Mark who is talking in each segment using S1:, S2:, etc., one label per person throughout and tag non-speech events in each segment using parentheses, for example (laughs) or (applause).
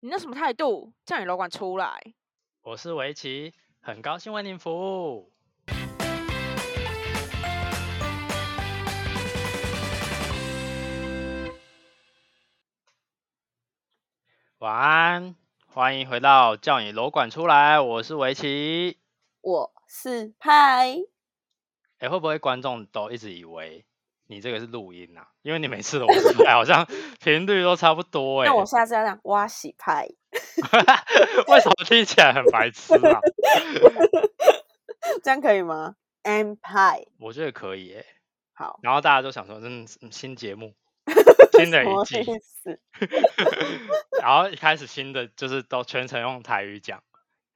S1: 你那什么态度？叫你楼管出来！
S2: 我是围棋，很高兴为您服务。晚安，欢迎回到叫你楼管出来，我是围棋。
S3: 我是派，
S2: 哎、会不会观众都一直以为你这个是录音啊？因为你每次
S3: (laughs)
S2: 都是派，好像频率都差不多哎、
S3: 那我下次要讲哇喜
S2: (laughs)
S3: 派，
S2: 为什么听起来很白痴
S3: (laughs)
S2: 啊？
S3: 这样可以吗？M 派，
S2: 我觉得可以哎、
S3: 好，
S2: 然后大家都想说，嗯，嗯新
S3: (laughs)
S2: 节目，新
S3: 什
S2: 的
S3: 么
S2: 一季，
S3: 意思？
S2: (laughs) 然后一开始新的就是都全程用台语讲。
S3: 哎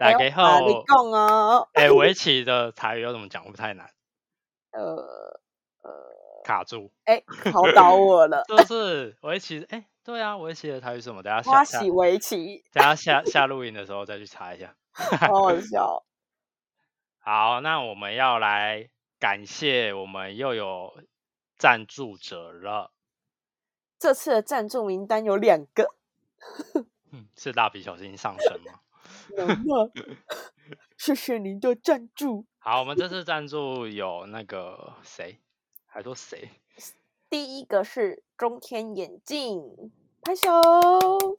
S2: 打
S3: 呦
S2: 开
S3: 啊你
S2: 后，
S3: 讲哦，
S2: 哎、围棋的台语要怎么讲？不太难，
S3: 呃呃，
S2: 卡住。，
S3: 哎，考倒我了
S2: (laughs) 就是围棋，哎、对啊，围棋的台语是什么？等下
S3: 哇
S2: 下下，
S3: 喜围
S2: (laughs)
S3: 棋，
S2: 等下下下录影的时候再去查一下。
S3: 好好笑。
S2: 好，那我们要来感谢我们又有赞助者了，
S3: 这次的赞助名单有两个，
S2: 嗯，是蜡笔小新上身吗？
S3: 有吗 (laughs) 谢谢您的赞助。
S2: 好，我们这次赞助有那个谁，还说谁？
S3: 第一个是中天眼镜，拍手，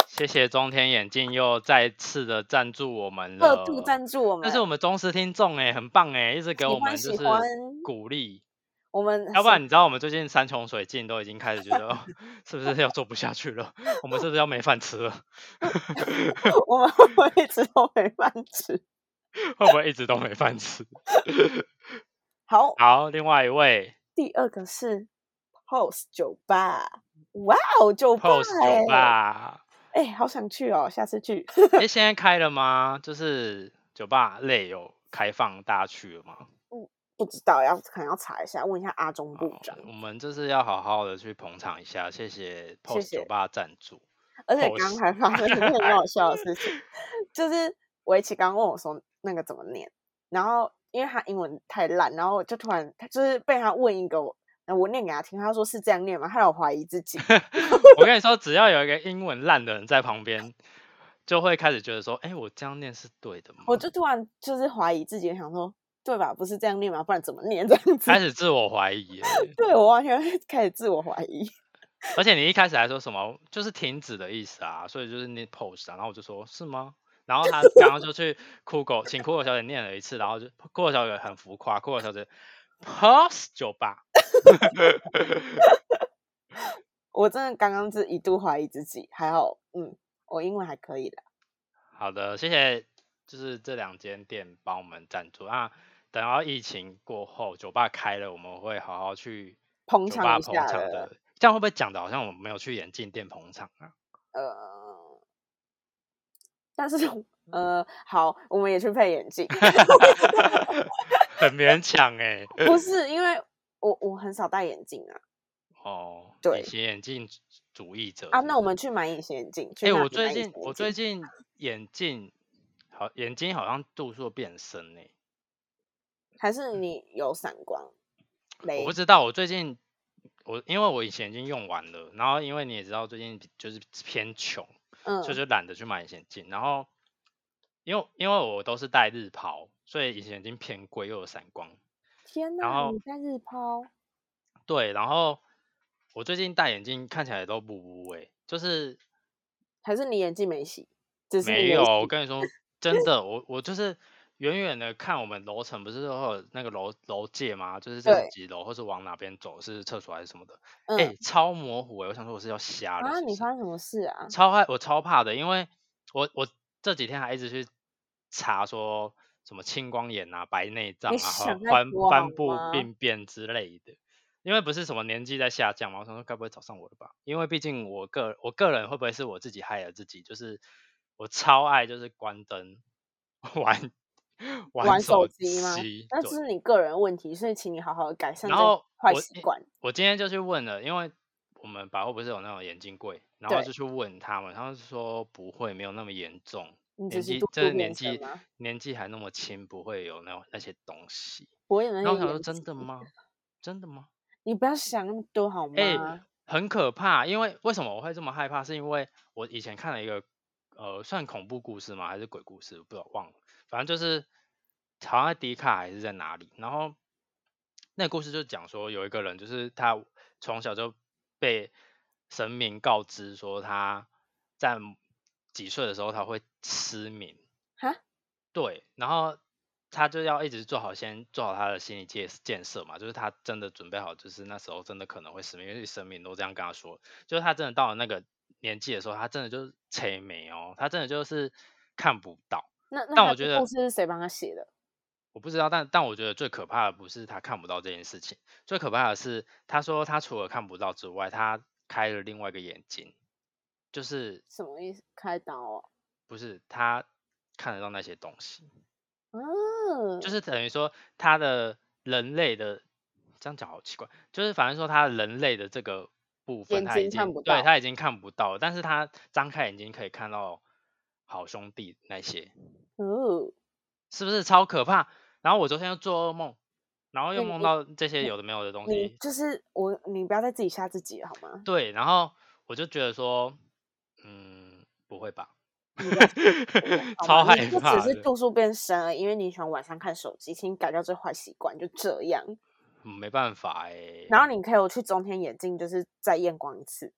S2: 谢谢中天眼镜又再次的赞助我们了，
S3: 二度赞助我们，
S2: 但是我们忠实听众哎，很棒哎，一直给
S3: 喜
S2: 我们
S3: 欢
S2: 就
S3: 喜
S2: 是
S3: 欢
S2: 鼓励。
S3: 我们
S2: 要不然你知道我们最近山穷水尽，都已经开始觉得哦 (laughs) 是不是要做不下去了？我们是不是要没饭吃了？
S3: (laughs) 我们会不会一直都没饭吃？
S2: 会不会一直都没饭吃？
S3: 好，
S2: 好，另外一位
S3: 第二个是 Pose 酒吧，哇哦，酒吧、欸，
S2: Pose
S3: (laughs)
S2: 酒，吧，
S3: 哎、好想去哦，下次去。 (laughs)
S2: 哎，现在开了吗？就是酒吧类有开放，大家去了吗？
S3: 不知道要可能要查一下，问一下阿中部
S2: 好
S3: 长。
S2: 我们就是要好好的去捧场一下，谢谢 Pose 酒
S3: 谢
S2: 吧赞
S3: (laughs)
S2: 助。
S3: 而且刚
S2: Pose
S3: 还发生一件很好笑的事情，就是围棋刚问我说那个怎么念，然后因为他英文太烂，然后我就突然他就是被他问一个我，然后我念给他听，他说是这样念吗？他让我怀疑自己。
S2: 我跟你说，只要有一个英文烂的人在旁边，就会开始觉得说，哎、我这样念是对的吗？
S3: 我就突然就是怀疑自己，想说对吧？不是这样念吗？不然怎么念这样子
S2: 开？始自我怀疑了，
S3: (laughs) 对我完全开始自我怀疑。 (laughs)
S2: 而且你一开始还说什么就是停止的意思啊，所以就是念 pose 啊，然后我就说是吗？然
S3: (laughs)
S2: 后他刚刚就去酷狗，请酷狗小姐念了一次，然后就酷狗小姐很浮夸，酷狗小姐 pose 酒吧，
S3: 我真的刚刚是一度怀疑自己，还好，嗯，我英文还可以的。
S2: 好的，谢谢，就是这两间店帮我们赞助啊。等到疫情过后，酒吧开了，我们会好好去
S3: 捧
S2: 酒
S3: 场
S2: 吧
S3: 一
S2: 捧
S3: 下
S2: 场
S3: 的
S2: 的。这样会不会讲的好像我们没有去眼镜店捧场啊？ (laughs)
S3: 呃，但是
S2: 嗯
S3: 呃，好，我们也去配眼镜， (laughs)
S2: 很勉强哎、 (laughs)
S3: 不是因为我我很少戴眼镜啊
S2: 哦，
S3: 对
S2: 隐形眼镜主主义者
S3: 啊，
S2: 是
S3: 那
S2: 不
S3: 我
S2: 是
S3: 们去买隐形眼镜。去
S2: 哎、
S3: 那
S2: 我
S3: 里
S2: 最
S3: 买隐
S2: 近
S3: 形眼
S2: 我最
S3: 镜
S2: 近眼镜好眼睛好像度数变深哎、
S3: 还是你有散光
S2: 嗯我
S3: 雷
S2: 不知道我最近我因为我以前已经用完了，然后因为你也知道最近比就是偏穷，
S3: 嗯，
S2: 所以就懒得去买隐形眼镜，然后因为因为我都是戴日抛，所以隐形眼镜偏贵又有散光，
S3: 天
S2: 然
S3: 呐，
S2: 后
S3: 你在日抛，
S2: 对，然后我最近戴眼镜看起来都不不哎、就是
S3: 还是你眼镜没洗？只是你
S2: 没
S3: 没
S2: 有，
S3: 洗
S2: 我跟你说，真的，我我就是远远的看我们楼层，不是会有那个楼楼界吗？就是这
S3: 对
S2: 是几楼，或是往哪边走，是厕所还是什么的？哎、
S3: 嗯
S2: 超模糊、欸，我想说我是要瞎了
S3: 啊，
S2: 是不
S3: 你
S2: 是
S3: 发生什么事啊？
S2: 超害，我超怕的，因为我我这几天还一直去查说什么青光眼啊、白内障啊、
S3: 想太
S2: 环
S3: 多好
S2: 环部
S3: 吗
S2: 病变之类的。因为不是什么年纪在下降嘛，我想说该不会找上我了吧？因为毕竟我个我个人会不会是我自己害了自己？就是我超爱就是关灯 (laughs) 玩
S3: 玩手
S2: 手
S3: 机吗
S2: 机
S3: 那
S2: 对
S3: 这是你个人问题，所以请你好好地改善这
S2: 然
S3: 个
S2: 后
S3: 坏
S2: 我哎
S3: 习
S2: 一
S3: 惯。
S2: 我今天就去问了，因为我们百货不是有那种眼镜柜，然后
S3: 对
S2: 就去问他们，他们说不会，没有那么严重，
S3: 你
S2: 年
S3: 只是
S2: 纪
S3: 度
S2: 这
S3: 数
S2: 是年
S3: 变深
S2: 纪
S3: 吗？
S2: 年纪还那么轻，不会有那那些东西。
S3: 我也能
S2: 然后我想说
S3: 眼
S2: 真的
S3: 睛
S2: 吗？真的吗？
S3: 你不要想那么多好吗？
S2: 哎很可怕，因为为什么我会这么害怕？是因为我以前看了一个呃算恐怖故事吗？还是鬼故事？不知道忘了，反正就是好像在迪卡还是在哪里，然后那个故事就讲说有一个人就是他从小就被神明告知说他在几岁的时候他会失明，
S3: 哈，
S2: 对，然后他就要一直做好先做好他的心理建建设嘛，就是他真的准备好，就是那时候真的可能会失明，因为神明都这样跟他说，就是他真的到了那个年纪的时候，他真的就是垂眉哦，他真的就是看不到。
S3: 那那
S2: 但
S3: 他
S2: 我
S3: 这
S2: 觉得
S3: 故事是谁帮他写的？
S2: 我不知道，但但我觉得最可怕的不是他看不到这件事情，最可怕的是他说他除了看不到之外，他开了另外一个眼睛，就是
S3: 什么意思？开刀哦，
S2: 不是他看得到那些东西，
S3: 嗯，
S2: 就是等于说他的人类的这样讲好奇怪，就是反正说他人类的这个部分
S3: 眼
S2: 他已
S3: 睛看
S2: 经
S3: 不
S2: 对
S3: 到
S2: 他已经看不到了，但是他张开眼睛可以看到好兄弟那些，
S3: 哦，
S2: 是不是超可怕？然后我昨天又做噩梦，然后又
S3: 那
S2: 梦
S3: 你
S2: 到这些
S3: 你
S2: 有的没有的东
S3: 你
S2: 西，
S3: 就是我，你不要再自己吓自己了好吗？
S2: 对，然后我就觉得说，嗯，不会吧
S3: 你不要
S2: (laughs)
S3: 好
S2: 超
S3: 吗
S2: 害
S3: 你就
S2: 怕
S3: 只是
S2: 的
S3: 度数变深而已，因为你喜欢晚上看手机，请你改掉这坏习惯，就这样。
S2: 嗯没办法哎、
S3: 然后你可以有去中天眼镜，就是再验光一次，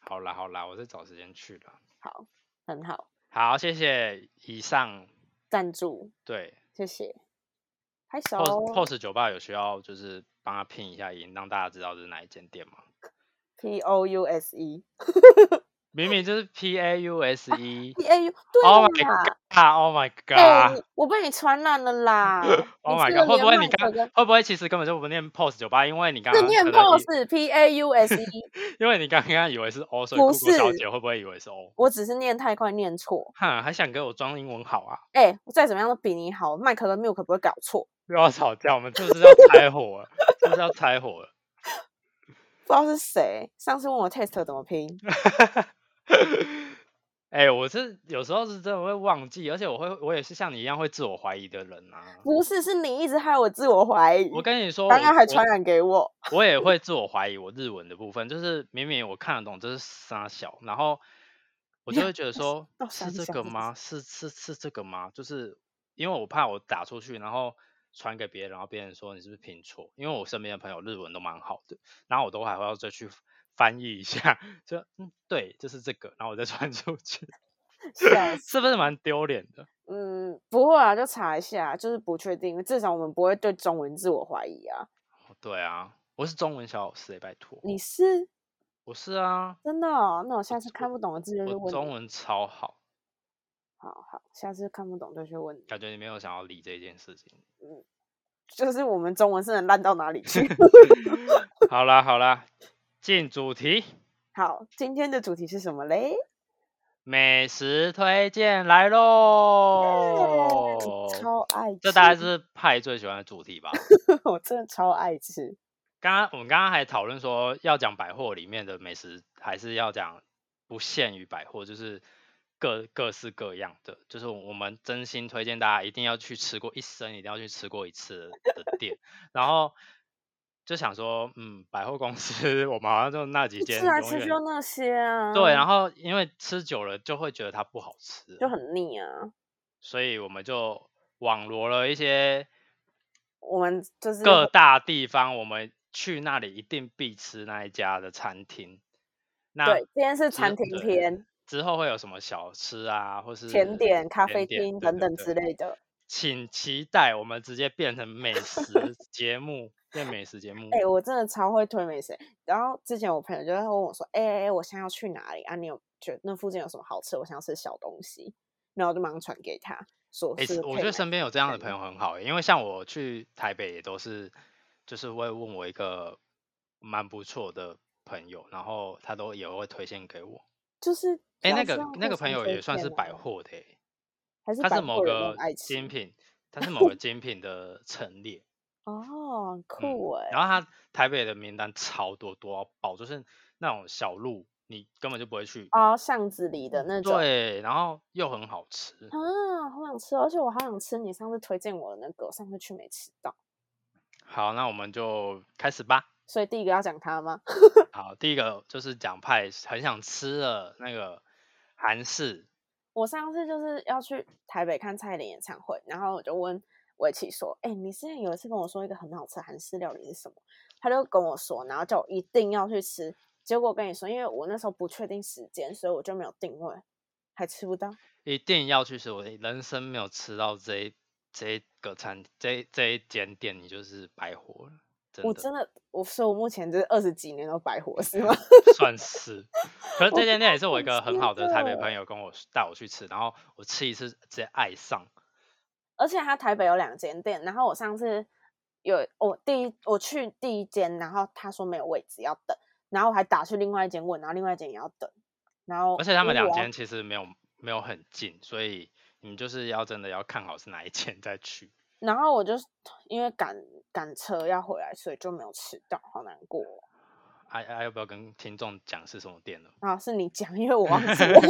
S2: 好啦好啦，我再找时间去了。
S3: 很好。
S2: 好，谢谢以上
S3: 赞助，
S2: 对
S3: 谢谢。拍
S2: p
S3: 手
S2: o s POS 酒吧有需要就是帮他拼一下音，让大家知道这是哪一间店吗？
S3: ，P O U S E
S2: 明明就是 P A U S E。
S3: P A U，对 (laughs)
S2: (laughs) Oh
S3: 啦
S2: my，god！Oh my
S3: 哎、
S2: god！
S3: 我被你传染了啦
S2: Oh
S3: 你
S2: my
S3: 吃了
S2: god！会不会
S3: 连
S2: 你
S3: 麦
S2: 刚
S3: 粉跟
S2: 会不会其实根本就不念 POS 酒吧？因为你刚
S3: 是
S2: 刚
S3: 念
S2: 可能以
S3: pose P A U S E，
S2: 因为你刚刚以为是 O，所以
S3: 不
S2: 酷酷小
S3: 是
S2: 姐会不会以为是 O？
S3: 我只是念太快念错。
S2: 哼，还想给我装英文好啊？
S3: 哎、我再怎么样都比你好，麦克跟 milk 不会搞错。
S2: 又要吵架，我们就是要拆火了， (laughs) 就是要拆火了。
S3: 不知道是谁，上次问我 test 怎么
S2: (laughs)
S3: 拼，
S2: 哎、我是有时候是真的会忘记，而且我会，我也是像你一样会自我怀疑的人啊。
S3: 不是，是你一直害我自我怀疑。
S2: 我跟你说，
S3: 刚刚
S2: 我
S3: 还传染给我，
S2: 我也会自我怀疑我日文的部分，就是明明我看得懂这是啥小，然后我就
S3: (laughs)
S2: 会觉得说
S3: 到
S2: 是
S3: 三
S2: 这
S3: 小
S2: 个
S3: 这是
S2: 吗？是是是这个吗？就是因为我怕我打出去，然后传给别人，然后别人说你是不是拼错？因为我身边的朋友日文都蛮好的，然后我都还会要再去翻译一下， (laughs) 就嗯对，就是这个，然后我再传出去，
S3: 笑死。
S2: 是不是蛮丢脸的？
S3: 嗯，不会啊，就查一下，就是不确定，至少我们不会对中文自我怀疑啊。
S2: 哦对啊，我是中文小老师、欸，拜托，
S3: 你是
S2: 我是啊，
S3: 真的、哦？那我下次看不懂的字就去
S2: 我
S3: 问
S2: 中
S3: 你。
S2: 文超好，
S3: 好好，下次看不懂就去问你。
S2: 感觉你没有想要理这件事情。
S3: 就是我们中文是能烂到哪里
S2: (laughs)
S3: 去？
S2: 好啦好啦，进主题，
S3: 好，今天的主题是什么嘞？
S2: 美食推荐来喽！
S3: (laughs) 超爱吃，
S2: 哦这大概是派最喜欢的主题吧。
S3: 我真的超爱吃。
S2: 刚刚我们刚刚还讨论说要讲百货里面的美食，还是要讲不限于百货，就是各各式各样的，就是我们真心推荐大家一定要去吃过一生，一定要去吃过一次的店。然后就想说，嗯，百货公司我们好像就那几
S3: 一
S2: 间
S3: 吃来
S2: 永
S3: 吃
S2: 远
S3: 去就那些啊，
S2: 对，然
S3: 后
S2: 后因为吃久了就会觉得它不好吃，
S3: 就很腻啊。
S2: 所以我们就网罗了一些
S3: 我们就是
S2: 各大地方，我们去那里一定必吃那一家的餐厅。那
S3: 对，今天是
S2: 之
S3: 餐厅
S2: 对
S3: 天、
S2: 之后会有什么小吃啊，或是
S3: 甜点、咖
S2: 甜
S3: 啡
S2: 点
S3: 厅
S2: 对
S3: 等
S2: 对
S3: 等
S2: 对
S3: 之类的。
S2: 请期待我们直接变成美食节目，变美食节目。
S3: 哎、我真的超会推美食。然后之前我朋友就在问我说：“哎、哎哎我现在要去哪里啊？你有觉得那附近有什么好吃？我想吃小东西。”然后我就马上传给他，说
S2: 哎、
S3: 是
S2: 我
S3: 可以
S2: 觉得
S3: 买
S2: 身边有这样的
S3: 餐
S2: 朋友很好、欸，因为像我去台北也都是，就是会问我一个蛮不错的朋友，然后他都也会推荐给我。
S3: 就是
S2: 哎、
S3: 要
S2: 那
S3: 这
S2: 个
S3: 样
S2: 那
S3: 互
S2: 个朋
S3: 相
S2: 友
S3: 推
S2: 也算
S3: 荐
S2: 是百
S3: 啊，
S2: 货的、欸，
S3: 还是
S2: 他
S3: 百
S2: 是某
S3: 货人都
S2: 个
S3: 很爱吃
S2: 精品，他是某个精品的
S3: (laughs)
S2: 陈列。
S3: 哦，很
S2: 嗯
S3: 酷哎、
S2: 然后他台北的名单超多多到爆，就是那种小路你根本就不会去，
S3: 哦，巷子里的那种。
S2: 嗯对，然后又很好吃。
S3: 啊，好想吃哦，而且我好想吃你上次推荐我的那个，我上次去没吃到，
S2: 好，那我们就开始吧。
S3: 所以第一个要讲它吗？
S2: 好，第一个就是讲派很想吃的那个韩式
S3: 我上次就是要去台北看蔡依林演唱会，然后我就问围棋说：“哎、你之前有一次跟我说一个很好吃的韩式料理是什么？”他就跟我说，然后叫我一定要去吃。结果我跟你说，因为我那时候不确定时间，所以我就没有定位，还吃不到。
S2: 一定要去吃。我人生没有吃到这一这一个餐这这一间店，你就是白活了。真
S3: 我
S2: 的
S3: 真的，我所以，我目前这二十几年都白活是吗？ (laughs)
S2: 算是，可是
S3: 我
S2: 这间店也是我一
S3: 不
S2: 个很
S3: 知
S2: 好的台北
S3: 道
S2: 朋友跟我带我去吃，然后我吃一次直接爱上。
S3: 而且它台北有两间店，然后我上次有我第一我去第一间，然后他说没有位置要等，然后我还打去另外一间问，然后另外一间也要等，然后
S2: 而且他们
S3: 因为
S2: 两
S3: 我要
S2: 间其实没有没有很近，所以你们就是要真的要看好是哪一间再去。
S3: 然后我就是因为赶赶车要回来，所以就没有吃到，好难过哦、
S2: 啊啊，要不要跟听众讲是什么店呢？
S3: 啊，是你讲，因为我忘记
S2: (laughs)
S3: 了。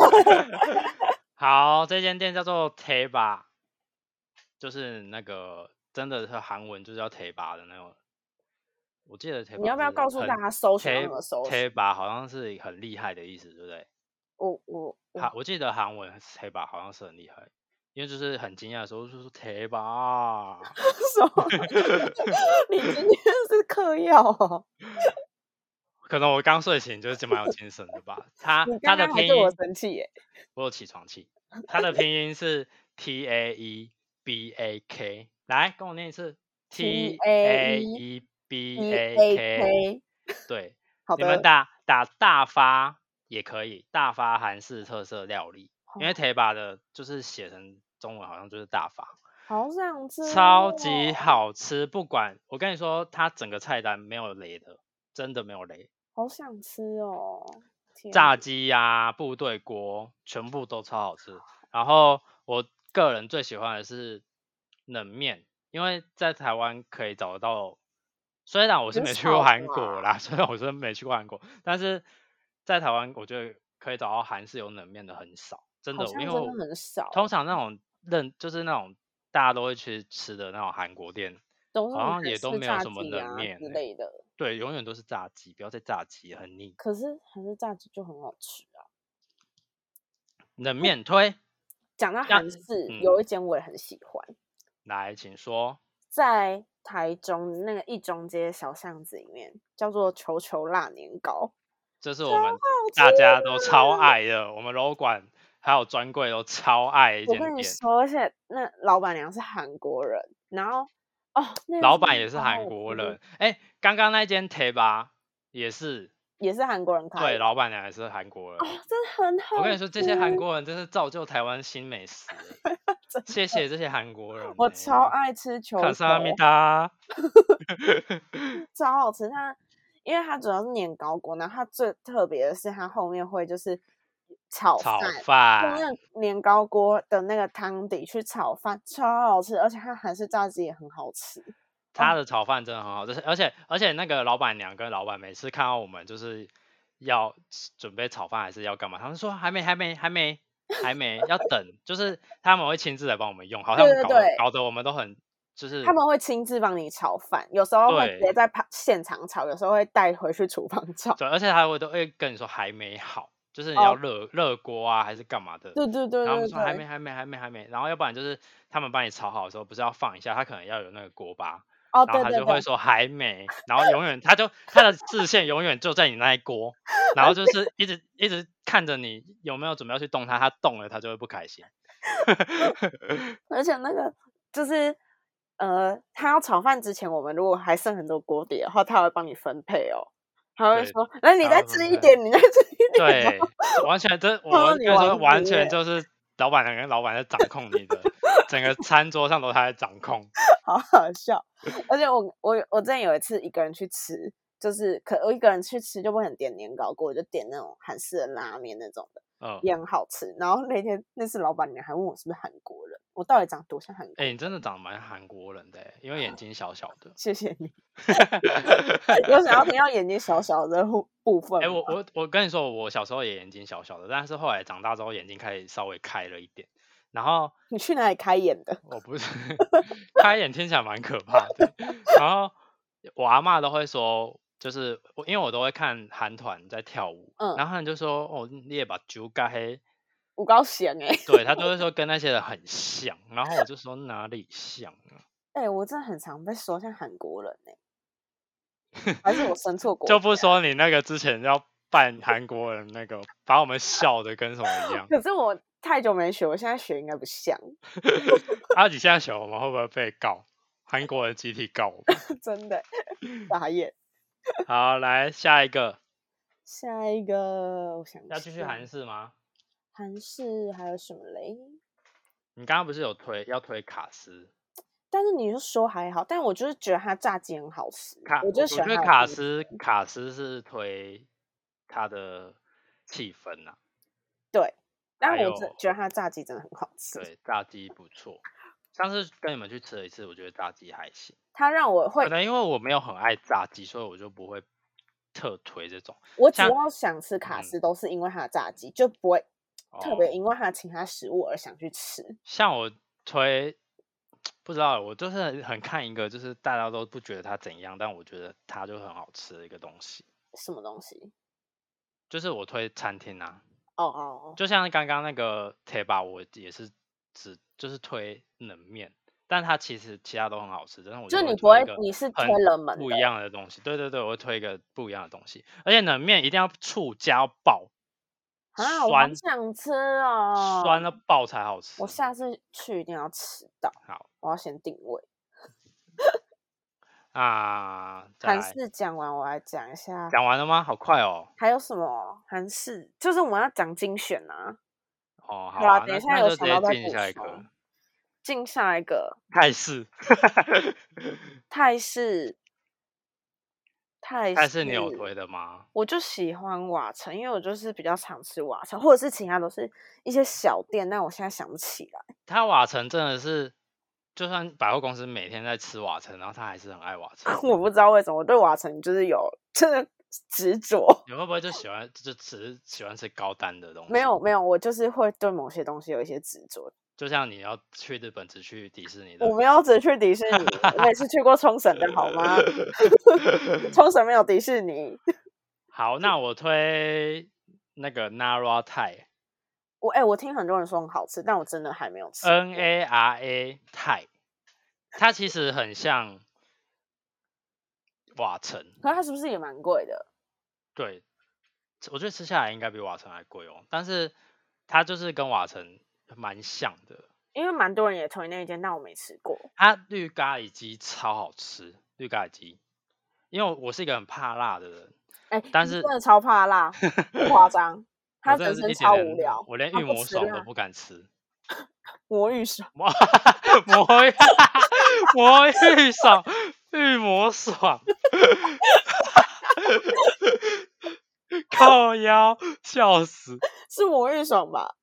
S2: 好，这间店叫做 Teba，就是那个真的是韩文就是叫 Teba 的那种。我记得 Teba
S3: 你要不要告诉大家搜寻要怎么搜寻
S2: Teba 好像是很厉害的意思，对不对？
S3: 我我
S2: 韩
S3: 我
S2: 我记得韩文 Teba 好像是很厉害，因为就是很惊讶的时候就说啊 Teba，
S3: 什么？你今天是嗑药哦？
S2: (laughs) 可能我刚睡醒就是蛮有精神的吧。它
S3: 你
S2: 它
S3: 刚
S2: 啊的
S3: 刚还
S2: 拼
S3: 对
S2: 音
S3: 我生气耶？
S2: 我有起床气。它的拼音是 T A E B A K，来跟我念一次
S3: T A
S2: A
S3: E
S2: E B
S3: E
S2: A
S3: A
S2: K。
S3: K，
S2: 对，
S3: 好
S2: 你们
S3: 的，
S2: 打打大发也可以，大发韩式特色料理，因为
S3: 哦
S2: Teba 的就是写成中文好像就是大发，
S3: 好想吃，
S2: 超级。
S3: 哦
S2: 好吃。不管我跟你说，它整个菜单没有雷的，真的没有雷。
S3: 好想吃哦！天
S2: 炸鸡呀、部队锅，全部都超好吃。然后我个人最喜欢的是冷面，因为在台湾可以找得到。虽然我是
S3: 很
S2: 没去过
S3: 少
S2: 韩国
S3: 吧
S2: 啦，虽然我是没去过韩国，但是在台湾我觉得可以找到韩式有冷面的很少，真
S3: 好
S2: 的，
S3: 像
S2: 因为
S3: 真
S2: 我
S3: 的很少
S2: 通常那种认就是那种大家都会去吃的那种韩国店，
S3: 都是
S2: 好
S3: 那种
S2: 像
S3: 韩
S2: 也都
S3: 式
S2: 没有
S3: 炸
S2: 什么
S3: 鸡
S2: 冷
S3: 啊
S2: 面
S3: 之
S2: 欸
S3: 类的。
S2: 对，永远都是炸鸡，不要再炸鸡，很腻。
S3: 可是韩式炸鸡就很好吃啊。哦
S2: 冷面推
S3: 讲到
S2: 那
S3: 韩式，
S2: 嗯
S3: 有一间我也很喜欢，
S2: 来，请说。
S3: 在台中那个一中街小巷子里面，叫做球球辣年糕，
S2: 这是
S3: 超
S2: 我们
S3: 好
S2: (laughs) 大
S3: 吃
S2: 家都超
S3: 啊
S2: 爱的，我们楼管还有专柜都超爱一
S3: 我
S2: 间
S3: 跟你
S2: 店，
S3: 说，而且那老板娘是韩国人，然后哦，那个
S2: 老
S3: 真的
S2: 板也是
S3: 超
S2: 韩
S3: 好
S2: 国
S3: 吃
S2: 人。，哎，刚刚那间 t e b a 也是，
S3: 也是韩国人开
S2: 对，
S3: 的
S2: 老板娘也是韩国
S3: 哦
S2: 人。，
S3: 真的很好。
S2: 我跟你说，这些韩，国人真是造就台湾新美食欸，
S3: (laughs) 真
S2: 谢谢这些韩国人欸。
S3: 我超爱吃球
S2: 卡
S3: 球，
S2: 萨米达，
S3: 超好吃。它因为它主要是年糕锅，然后它最特别的是它后面会就是炒
S2: 炒
S3: 饭，用那
S2: 饭，
S3: 个年糕锅的那个汤底去炒饭，超好吃，而且它韩式炸鸡也很好吃。
S2: 他的炒饭真的很好，就是而且而且那个老板娘跟老板每次看到我们就是要吃准备炒饭还是要干嘛，他们说还没还没还没还没要等，就是他们会亲自来帮我们用，好像
S3: 对对
S2: 搞得
S3: 对
S2: 搞得我们都很就是
S3: 他们会亲自帮你炒饭，有时候会直
S2: 对
S3: 接在旁现场炒，有时候会带回去厨房炒。
S2: 对，而且还会都会跟你说还没好，就是你
S3: 哦
S2: 要热热锅啊还是干嘛的，
S3: 对对对
S2: 然
S3: 对
S2: 后他们说还
S3: 对
S2: 没，还没还没还没，然后要不然就是他们帮你炒好的时候不是要放一下，他可能要有那个锅巴，
S3: 哦
S2: 然后
S3: 对
S2: 他
S3: 对
S2: 就会
S3: 对，
S2: 说还没，然后永远他就他的视线永远就在你那一锅，然后就是一直一直看着你有没有准备要去动它，它动了他就会不
S3: (laughs)
S2: 开心。
S3: 而且那个就是呃，他要炒饭之前，我们如果还剩很多锅底的话，他会帮你分配哦。他会
S2: 对
S3: 说：“那你
S2: 他
S3: 再
S2: 会分
S3: 吃一
S2: 配
S3: 点，你再吃一点。”
S2: 对，完全这
S3: (laughs)
S2: 我
S3: 超
S2: 完
S3: 你
S2: 全说
S3: 王
S2: 完
S3: 子
S2: 全
S3: 耶
S2: 就是老板娘跟老板在掌控你的整个餐桌上都他在掌控。
S3: 好好笑。而且我我我之前有一次一个人去吃，就是可我一个人去吃就不能点年糕锅，我就点那种韩式的拉面那种的，
S2: 嗯，
S3: 也很好吃。然后那天那次老板娘还问我是不是韩国人，我到底长多像韩国
S2: 哎、
S3: 人？
S2: 你真的长得蛮韩国人的欸，因为眼睛小小
S3: (laughs)
S2: 的。
S3: 谢谢
S2: (laughs)
S3: 你，有想要听到眼睛小小的部部分
S2: 哎、
S3: 吗？
S2: 我我我跟你说，我小时候也眼睛小小的，但是后来长大之后眼睛开始稍微开了一点，然后
S3: 你去哪里开眼的？
S2: 我哦不是 (laughs) 开眼听起来蛮可怕的。然后我阿嬷都会说，就是我因为我都会看韩团在跳舞，
S3: 嗯
S2: 然后他们就说哦，你也把酒盖黑，
S3: 五高弦哎、
S2: 对他都会说跟那些人很像，然后我就说哪里像啊？
S3: (laughs) (laughs) 哎、我真的很常被说像韩国人哎、
S2: (laughs)
S3: 还是我生错国
S2: 就不
S3: 家。
S2: 说你那个之前要扮韩国人那个，把我们笑的跟什么一样
S3: 可是我太久没学，我现在学应该不像， (laughs)
S2: 阿啊吉现在小我们会不会被告？韩国人集体告我们？
S3: 真的 (laughs) 傻眼。
S2: 好，来下一个，
S3: 下一个，我想
S2: 要继续
S3: 想
S2: 韩式吗？
S3: 韩式还有什么嘞？
S2: 你刚刚不是有推要推卡斯？
S3: 但是你是说还好，但我就是觉得它炸鸡很好吃，
S2: 卡，
S3: 我就喜
S2: 觉
S3: 欢
S2: 得
S3: 它的
S2: 卡
S3: 鸡
S2: 斯卡斯是推他的气氛啊呐、
S3: 对，但
S2: 还
S3: 我真
S2: 有
S3: 觉得它的炸鸡真的很好吃，
S2: 对，炸鸡不错。上次跟你们去吃了一次，我觉得炸鸡还行。
S3: 它让我
S2: 可
S3: 会，
S2: 能因为我没有很爱炸鸡，所以我就不会特推这种。
S3: 我只
S2: 像
S3: 要想吃卡
S2: 嗯
S3: 斯都是因为它的炸鸡，就不会特别
S2: 哦
S3: 因为它其他食物而想去吃。
S2: 像我推，不知道，我就是很很看一个，就是大家都不觉得它怎样，但我觉得它就很好吃的一个东西。
S3: 什么东西？
S2: 就是我推餐厅啊，
S3: 哦哦哦，
S2: 就像刚刚那个铁吧，我也是只就是推冷面，但它其实其他都很好吃，但是我
S3: 就
S2: 会
S3: 你
S2: 推
S3: 不会
S2: 一个
S3: 你是
S2: 很
S3: 推冷门
S2: 不
S3: 的
S2: 一样的东西，对对对，我会推一个不一样的东西，而且冷面一定要醋加到爆，
S3: 啊，我好
S2: 酸
S3: 想吃哦，
S2: 酸到爆才好吃。
S3: 我下次去一定要吃到，
S2: 好
S3: 我要先定位。
S2: 啊，再
S3: 韩
S2: 来
S3: 式讲完，我来讲一下
S2: 讲完了吗？好快哦。
S3: 还有什么韩式，就是我们要讲精选啊。
S2: 哦，好
S3: 好啦
S2: 啊，
S3: 等
S2: 那
S3: 一下
S2: 那
S3: 有
S2: 就直
S3: 想到再
S2: 接进
S3: 补
S2: 下一
S3: 充
S2: 个。
S3: 进下一个
S2: 泰式，
S3: 泰式，泰
S2: 泰式你有推的吗？
S3: 我就喜欢瓦城，因为我就是比较常吃瓦城，或者是其他都是一些小店，但我现在想不起来。。
S2: 他瓦城真的是，就算百货公司每天在吃瓦城，然后他还是很爱瓦城
S3: (laughs) 我不知道为什么我对瓦城就是有 (laughs) 真的执着。
S2: 你会不会就喜欢就只是喜欢吃高单的东西？
S3: 没有，没有，我就是会对某些东西有一些执着。
S2: 就像你要去日本只去迪士尼的，
S3: 我没有只去迪士尼，我也是去过冲绳的好
S2: (laughs)
S3: 吗？冲绳没有迪士尼。
S2: 好，那我推那个 Nara 泰
S3: 我哎、我听很多人说很好吃，但我真的还没有吃。
S2: N A R A 泰，它其实很像瓦城，
S3: 可是它是不是也蛮贵的？
S2: 对，我觉得吃下来应该比瓦城还贵哦，但是它就是跟瓦城蛮像的，
S3: 因为蛮多人也推那一间，但我没吃过。
S2: 它绿咖喱鸡超好吃，绿咖喱鸡，因为我是一个很怕辣的人，
S3: 哎、
S2: 但
S3: 你
S2: 是
S3: 真的超怕
S2: (laughs)
S3: 辣，不夸张。他
S2: 我真
S3: 人
S2: 的是
S3: 生
S2: 一
S3: 超
S2: 点
S3: 无
S2: 点
S3: 聊，
S2: 我连
S3: 他
S2: 玉
S3: 不
S2: 魔
S3: 吃
S2: 手都
S3: 辣
S2: 不敢吃。
S3: 魔芋爽，
S2: 魔魔芋 (laughs) 魔芋爽，玉魔爽，靠腰，笑死，
S3: 是魔芋爽吧？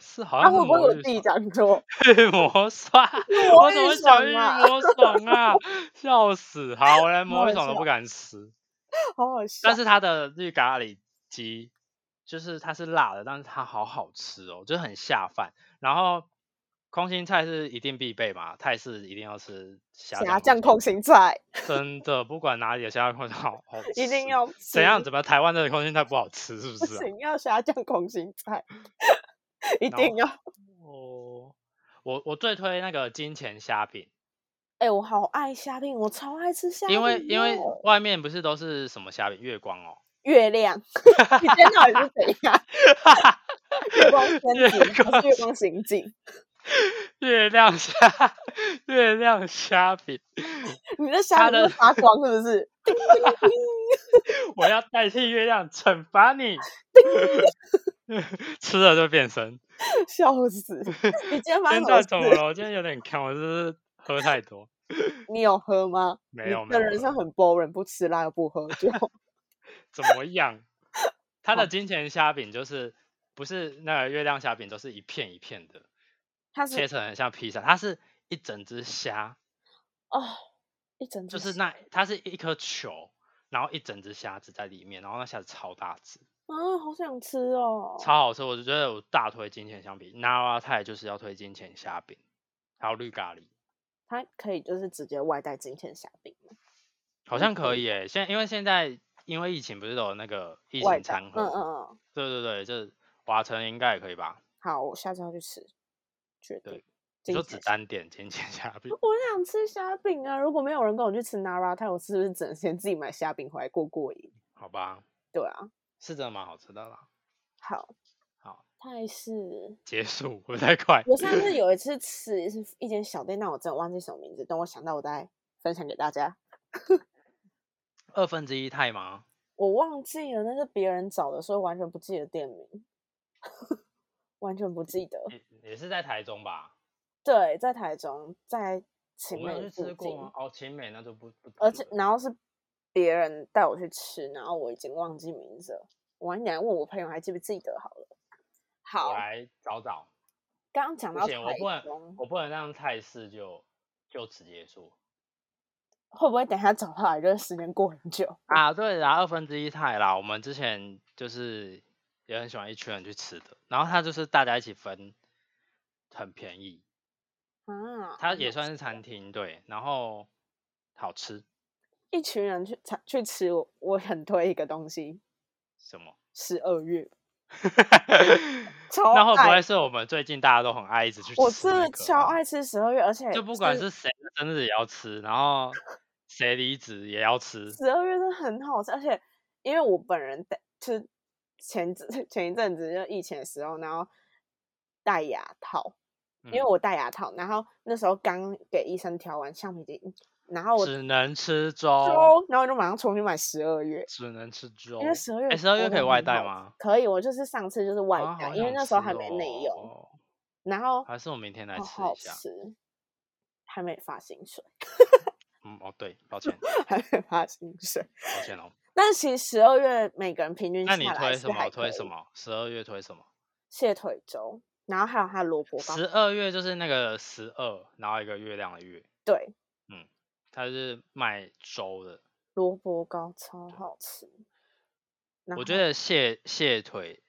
S2: 是好
S3: 他
S2: 像
S3: 会
S2: 是
S3: 不会
S2: 魔
S3: 我
S2: 芋
S3: 自己
S2: 爽。
S3: 讲错？
S2: 玉魔爽，
S3: 魔
S2: 我怎么
S3: 芋
S2: 想
S3: 爽
S2: 玉
S3: 啊
S2: 魔爽啊？笑死！好，
S3: (laughs)
S2: 我连魔芋
S3: 好
S2: 爽都
S3: 笑
S2: 不敢吃，
S3: 好好笑
S2: 但。是它的绿咖喱鸡就是它是辣的，但是它好好吃哦，就是很下饭。然后空心菜是一定必备嘛，泰式一定要吃虾
S3: 炸酱
S2: 酱
S3: 空心菜
S2: 真的，不管哪里的虾酱空心菜好好吃，
S3: 一定要吃，
S2: 怎样？怎么台湾的空心菜不好吃是不
S3: 不
S2: 是、啊？
S3: 行，要虾酱空心菜，一
S2: 然
S3: 定
S2: 后
S3: 要。
S2: 哦，我我最推那个金钱虾饼，
S3: 哎、我好爱虾饼，我超爱吃虾饼的。哦
S2: 因为因为外面不是都是什么虾饼月光哦，
S3: 月亮，你今天到底是怎样？月光仙
S2: 月
S3: 子还
S2: 光
S3: 是月光刑警？
S2: 月亮虾 (laughs) 月亮虾饼，
S3: 你的
S2: 它
S3: 虾饼
S2: 的
S3: 会发光是不是？ (laughs) 叮叮叮！
S2: 我要代替月亮惩罚你， (laughs) 吃了就变身。
S3: 笑死！你今天发
S2: 今
S3: 生
S2: 天到底
S3: 什
S2: 怎
S3: 么
S2: 么
S3: 事？
S2: 了？我今天有点看，我是不是喝太多？
S3: 你有喝吗？
S2: 没有
S3: 你
S2: 没
S3: 的
S2: 有
S3: 人
S2: 喝
S3: 生很 boring，不吃辣又不喝
S2: (laughs)
S3: 酒。
S2: 怎
S3: (laughs)
S2: 么样？它的金钱虾饼就是不是那个月亮虾饼，都是一片一片的
S3: 它是
S2: 切成很像披萨，它是一整只虾，
S3: 哦，一整只
S2: 就是
S3: 虾
S2: 那它是一颗球，然后一整只虾子在里面，然后那虾子超大只，
S3: 啊，好想吃哦。
S2: 超好吃。我就觉得我大推金钱相比，那拉泰就是要推金钱虾饼，还有绿咖喱，
S3: 它可以就是直接外带金钱虾饼吗，
S2: 好像可以诶、现在因为现在因为疫情不是都有那个疫
S3: 外带。
S2: 情
S3: 嗯
S2: 餐盒，
S3: 嗯嗯，
S2: 对对对，就是瓦城应该也可以吧？
S3: 好，我下次要去吃，决
S2: 对
S3: 定。金
S2: 你说
S3: 钱
S2: 只
S3: 虾
S2: 单点金钱虾饼，
S3: 我想吃虾饼啊！如果没有人跟我去吃 Nara，泰，我是不是只能先自己买虾饼回来过过瘾？
S2: 好吧，
S3: 对啊，
S2: 是真的蛮好吃的啦。
S3: 好，
S2: 好，
S3: 泰式。
S2: 结束，我太快。
S3: 我上 (clears throat) 次有一次吃是一间小店，但我真的忘记什么名字，等我想到我再分享给大家。
S2: 二分之一太吗？
S3: 我忘记了，那是别人找的，所以完全不记得店名， (laughs) 完全不记得。
S2: 也也是在台中吧？
S3: 对，在台中，在
S2: 我
S3: 晴
S2: 们有
S3: 美
S2: 去
S3: 附
S2: 吃过
S3: 近
S2: 吗，？哦，秦美那就不不谈了，
S3: 而且然后是别人带我去吃，然后我已经忘记名字了。我晚一点来问我朋友还记不记得好了。好
S2: 我，来找找。
S3: 刚刚讲
S2: 不
S3: 到
S2: 行，我
S3: 台
S2: 不能
S3: 中，，
S2: 我不能让菜市就就此结束
S3: 会不会等一下找他来，就是时间过很久？
S2: (laughs) 啊！对啦，二分之一太啦，我们之前就是也很喜欢一群人去吃的，然后它就是大家一起分，很便宜，
S3: 啊，
S2: 它
S3: 很
S2: 也
S3: 好
S2: 算
S3: 吃
S2: 是餐厅对，然后好吃
S3: 一群人去才去吃我，我很推一个东西，
S2: 什么？
S3: 十二月超
S2: (laughs) 那会不
S3: 爱
S2: 会，是我们最近大家都很爱一直去吃、那
S3: 我真的
S2: 个
S3: 超
S2: 啊
S3: 爱吃十二月，而且
S2: 就不管是谁的生日也要吃，然后谁离职也要吃，
S3: 十二月真的很好吃，而且因为我本人带，就是前阵前一阵子就疫情的时候，然后戴牙套，因为
S2: 嗯
S3: 我戴牙套，然后那时候刚给医生调完橡皮筋，然后我
S2: 只能吃粥，
S3: 周，然后我就马上冲去买十二月，
S2: 只能吃粥
S3: 因。为十二
S2: 哎
S3: 月
S2: 12月
S3: 真
S2: 可
S3: 的
S2: 以外
S3: 很
S2: 带
S3: 好
S2: 吗
S3: 吃？可以，我就是上次就是外
S2: 啊
S3: 带，
S2: 好
S3: 因为
S2: 想
S3: 那时候
S2: 吃
S3: 还没内用，
S2: 哦，
S3: 然后
S2: 还是我明天来
S3: 好
S2: 吃
S3: 好
S2: 一下。
S3: 吃，还没发薪水， (laughs)
S2: 嗯，哦对，抱歉，
S3: 还没发薪水。
S2: 抱
S3: (laughs)
S2: 歉哦。
S3: 但其实十二月每个人平均
S2: 那你
S3: 下来
S2: 推
S3: 是
S2: 什么？
S3: 还
S2: 我推
S3: 可
S2: 什
S3: 以？
S2: 么？十二月推什么？
S3: 蟹腿粥，然后还有它的萝卜糕
S2: 十，二月就是那个十二，然后一个月亮的月，
S3: 对，
S2: 它是卖粥的。
S3: 萝卜糕超好吃。然
S2: 我
S3: 后
S2: 觉得蟹蟹腿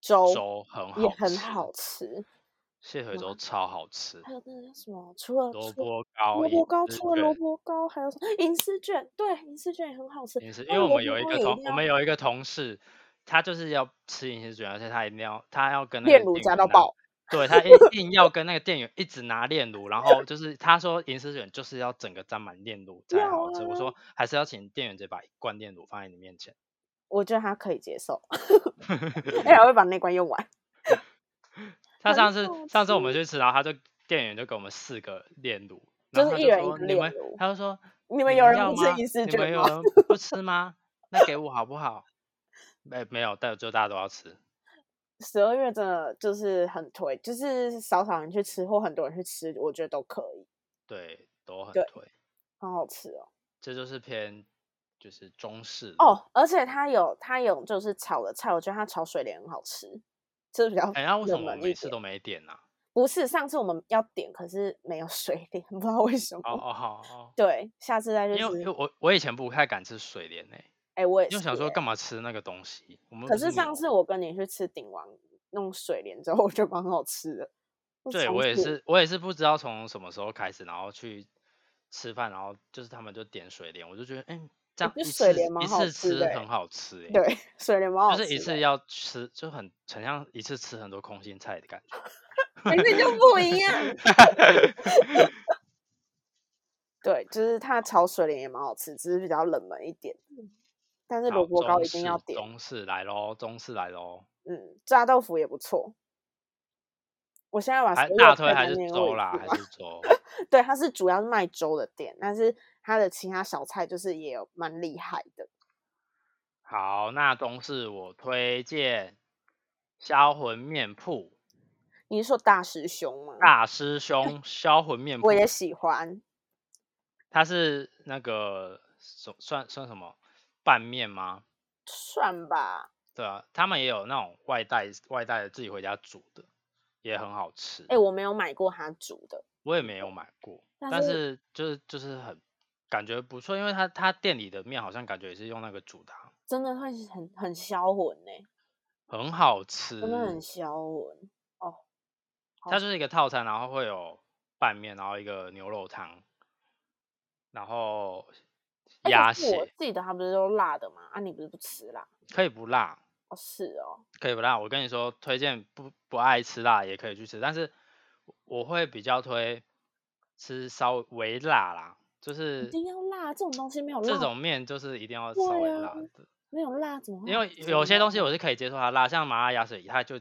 S3: 粥
S2: 粥很好，
S3: 也很好，吃，
S2: 蟹腿粥超好吃
S3: 还。有那个叫什么，除了
S2: 萝
S3: 除
S2: 卜糕，
S3: 萝卜糕，
S2: 银
S3: 除了
S2: 卷
S3: 萝卜糕，还有什么银丝卷？对，银丝卷也很好吃。
S2: 饮食，因
S3: 那
S2: 为
S3: 萝
S2: 我
S3: 卜
S2: 们有一
S3: 糕
S2: 个
S3: 也
S2: 同
S3: 定
S2: 我
S3: 要
S2: 们有一个同事，他就是要吃饮食卷，而且他一定要他要跟那
S3: 炼
S2: 个
S3: 乳
S2: 店
S3: 加
S2: 员
S3: 到
S2: 拿
S3: 爆，
S2: 对他一 (laughs) 定要跟那个店员一直拿炼乳，然后就是他说饮食卷就是要整个沾满炼乳才
S3: 要
S2: 好吃，我
S3: 啊
S2: 说还是要请店员直接把一罐炼乳放在你面前，
S3: 我觉得他可以接
S2: (laughs)
S3: 受，哎，还会把那罐用完。
S2: 他
S3: 很
S2: 上次
S3: 好
S2: 上次我们
S3: 吃
S2: 去吃，然后他就店员就给我们四个炼乳，
S3: 就
S2: 然后
S3: 是
S2: 他
S3: 一人一
S2: 说
S3: 个
S2: 你们
S3: 炼乳，
S2: 他就说
S3: 你们有人
S2: 要
S3: 不吃
S2: 吗
S3: 银丝
S2: 你
S3: 卷
S2: 们
S3: (laughs)
S2: 有
S3: 吗？
S2: 人不吃吗？那给我好不好？没没有，但就大家都要吃。
S3: 十二月真的就是很推，就是少少人去吃或很多人去吃，我觉得都可以，
S2: 对，都很
S3: 对
S2: 推，
S3: 很好吃哦。
S2: 这就是偏就是中式的。
S3: 哦，而且它有它有就是炒的菜，我觉得它炒水莲很好吃，就是比较
S2: 哎，那为什
S3: 冷
S2: 么我
S3: 门一
S2: 每次
S3: 点。
S2: 都没点啊呢、
S3: 不是上次我们要点，可是没有 (laughs) 水莲，不知道为什么。
S2: 哦哦好哦，
S3: 对，下次再去
S2: 因为因为
S3: 吃。
S2: 我我以前不太敢吃水莲诶、
S3: 哎、我也
S2: 因为
S3: 是
S2: 我想说
S3: 欸
S2: 干嘛吃那个东西？我们又
S3: 可
S2: 不
S3: 是上
S2: 牛
S3: 次我跟你去吃鼎王弄水莲之后，我觉得蛮好吃的。
S2: 对
S3: 上
S2: 我也
S3: 次
S2: 是我也是不知道从什么时候开始，然后去吃饭，然后就是他们就点水莲，我就觉得哎、这
S3: 我
S2: 样
S3: 觉得
S2: 一
S3: 水
S2: 次
S3: 莲蛮
S2: 一
S3: 好
S2: 次
S3: 吃的
S2: 吃
S3: 欸
S2: 很好吃诶、
S3: 对水莲蛮好吃
S2: 就是一
S3: 的
S2: 次要吃就很很像一次吃很多空心菜的感觉。
S3: 明明就不一样。 (laughs) 对，就是它炒水莲也蛮好吃，只是比较冷门一点。但是
S2: 好
S3: 萝卜糕
S2: 中
S3: 一定要
S2: 式
S3: 点，
S2: 中式来喽，中式来喽。
S3: 嗯，炸豆腐也不错。我现在把
S2: 还
S3: 所有
S2: 大
S3: 的
S2: 推
S3: 菜
S2: 还
S3: 单
S2: 是
S3: 念过
S2: 粥
S3: 一
S2: 啦，
S3: 次
S2: 还
S3: 嘛
S2: 是粥。
S3: 对，它是主要是卖粥的店，但是它的其他小菜就是也有蛮厉害的。
S2: 好，那中式我推荐销魂面铺
S3: 你是说大师兄吗？
S2: 大师兄销魂面铺
S3: 我，也喜欢，
S2: 它是那个算算算什么拌面吗？
S3: 算吧。
S2: 对啊，他们也有那种外带外带的自己回家煮的，也很好吃。
S3: 哎、我没有买过他煮的，
S2: 我也没有买过，
S3: 但
S2: 但
S3: 是
S2: 是就是就是很感觉不错，因为他他店里的面好像感觉也是用那个煮的啊，
S3: 真的会很很销魂呢、
S2: 很好吃。
S3: 真的很销魂。好
S2: 它就是一个套餐，然后会有拌面，然后一个牛肉汤，然后
S3: 哎可
S2: 鸭
S3: 是我
S2: 血，
S3: 记得它不是都辣的吗？啊，你不是不吃辣？
S2: 可以不辣，
S3: 哦，是哦，
S2: 可以不辣。我跟你说，推荐不不爱吃辣也可以去吃，但是我会比较推吃稍微辣啦，就是
S3: 一定要辣，这种东西没有辣，
S2: 这种面就是一定要稍
S3: 对
S2: 微
S3: 啊哦嗯
S2: 辣的，
S3: 没有辣怎么会
S2: 因为
S3: 吃
S2: 有些
S3: 呢
S2: 东西我是可以接受它辣，像麻辣鸭血，它就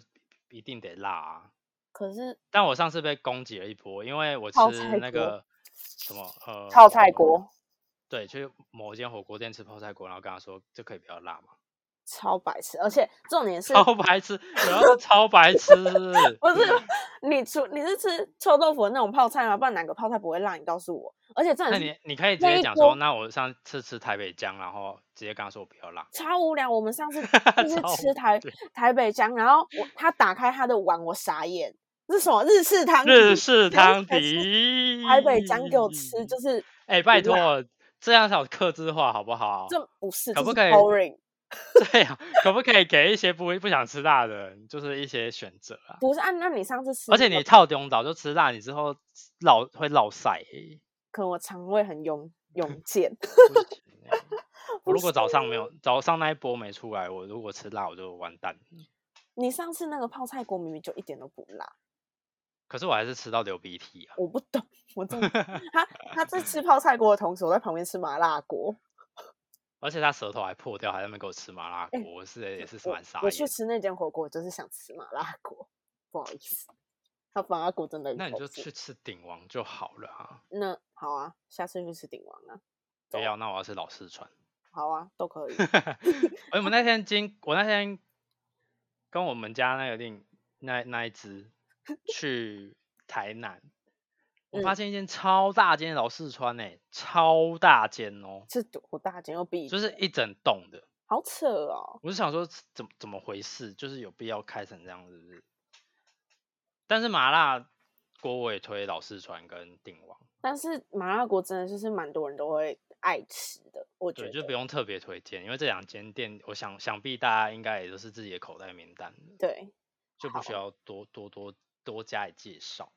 S2: 一定得辣啊。
S3: 可是
S2: 但我上次被攻击了一波，因为我吃
S3: 泡菜锅
S2: 那个什么呃
S3: 泡菜，锅
S2: 对，去某间火锅店吃泡菜锅，然后跟他说这可以不要辣 (laughs) 吗？
S3: 超白痴，而且重点是
S2: 超白痴，我要是超白痴，
S3: 不是你除你是吃臭豆腐的那种泡菜吗？不然哪个泡菜不会辣？你告诉我。而且真
S2: 那
S3: 的
S2: 你
S3: 是
S2: 你可以直
S3: 那
S2: 接
S3: 一
S2: 讲
S3: 锅
S2: 说，那我上次吃台北酱，然后直接跟他说我不要辣。
S3: 超无聊。我们
S2: (laughs)
S3: 上次就是
S2: 超
S3: 吃
S2: 无
S3: 台
S2: 聊
S3: 台北江，然后我他打开他的碗，我傻眼，这是什么日式汤底？
S2: 日式汤
S3: 才是
S2: 底，
S3: 台北江给我吃就是
S2: 哎、拜
S3: 不辣
S2: 托，这样才有克制化好不好？ (laughs)
S3: 这不是，
S2: 可
S3: 这
S2: 不
S3: 是
S2: 可以
S3: boring，
S2: 对呀、可不可以给一些不不想吃辣的人，就是一些选择啊？
S3: 不是按、那你上次吃，
S2: 而且你套中岛就吃辣，你之后老会老晒、欸。
S3: 可能我肠胃很臃
S2: (laughs)
S3: 臃健，
S2: 不行
S3: (laughs)
S2: 欸
S3: 不
S2: 我如果早
S3: 是
S2: 上没有早上那一波没出来，我如果吃辣我就完蛋了。
S3: 你上次那个泡菜锅明明就一点都不辣，
S2: 可是我还是吃到流鼻涕啊！
S3: 我不懂，我真的
S2: (laughs)
S3: 不懂他他在吃泡菜锅的同时，我在旁边吃麻辣锅。
S2: 而且他舌头还破掉，还在那边给我吃麻辣
S3: 哎
S2: 锅，我是也是
S3: 我
S2: 蛮傻
S3: 我去
S2: 眼。
S3: 吃那间火锅，我就是想吃麻辣锅，不好意思，他麻辣锅真的很
S2: 那你
S3: 好
S2: 就
S3: 吃
S2: 去吃鼎王就好了啊！
S3: 那好啊，下次去吃鼎王啊，
S2: 不
S3: 走
S2: 要，那我要吃老四
S3: (laughs)
S2: 川。。
S3: 好啊，都可以
S2: (laughs) 哎，我们那天经，我那天跟我们家那个另那那
S3: (laughs)
S2: 一只去台南，我发
S3: 嗯
S2: 现一间超大间的老四川呢、超大间哦，
S3: 这多大间又比
S2: 就是一整栋的。
S3: 好扯哦，
S2: 我是想说怎么怎么回事，就是有必要开成这样子是不是？但是麻辣锅我也推老四川跟鼎王，
S3: 但是麻辣锅真的就是蛮多人都会爱吃的，我觉
S2: 对，
S3: 得
S2: 就不用特别推荐，因为这两间店，我想想必大家应该也都是自己的口袋名单了
S3: 对。
S2: 就不需
S3: 好
S2: 要多多多多加以介绍。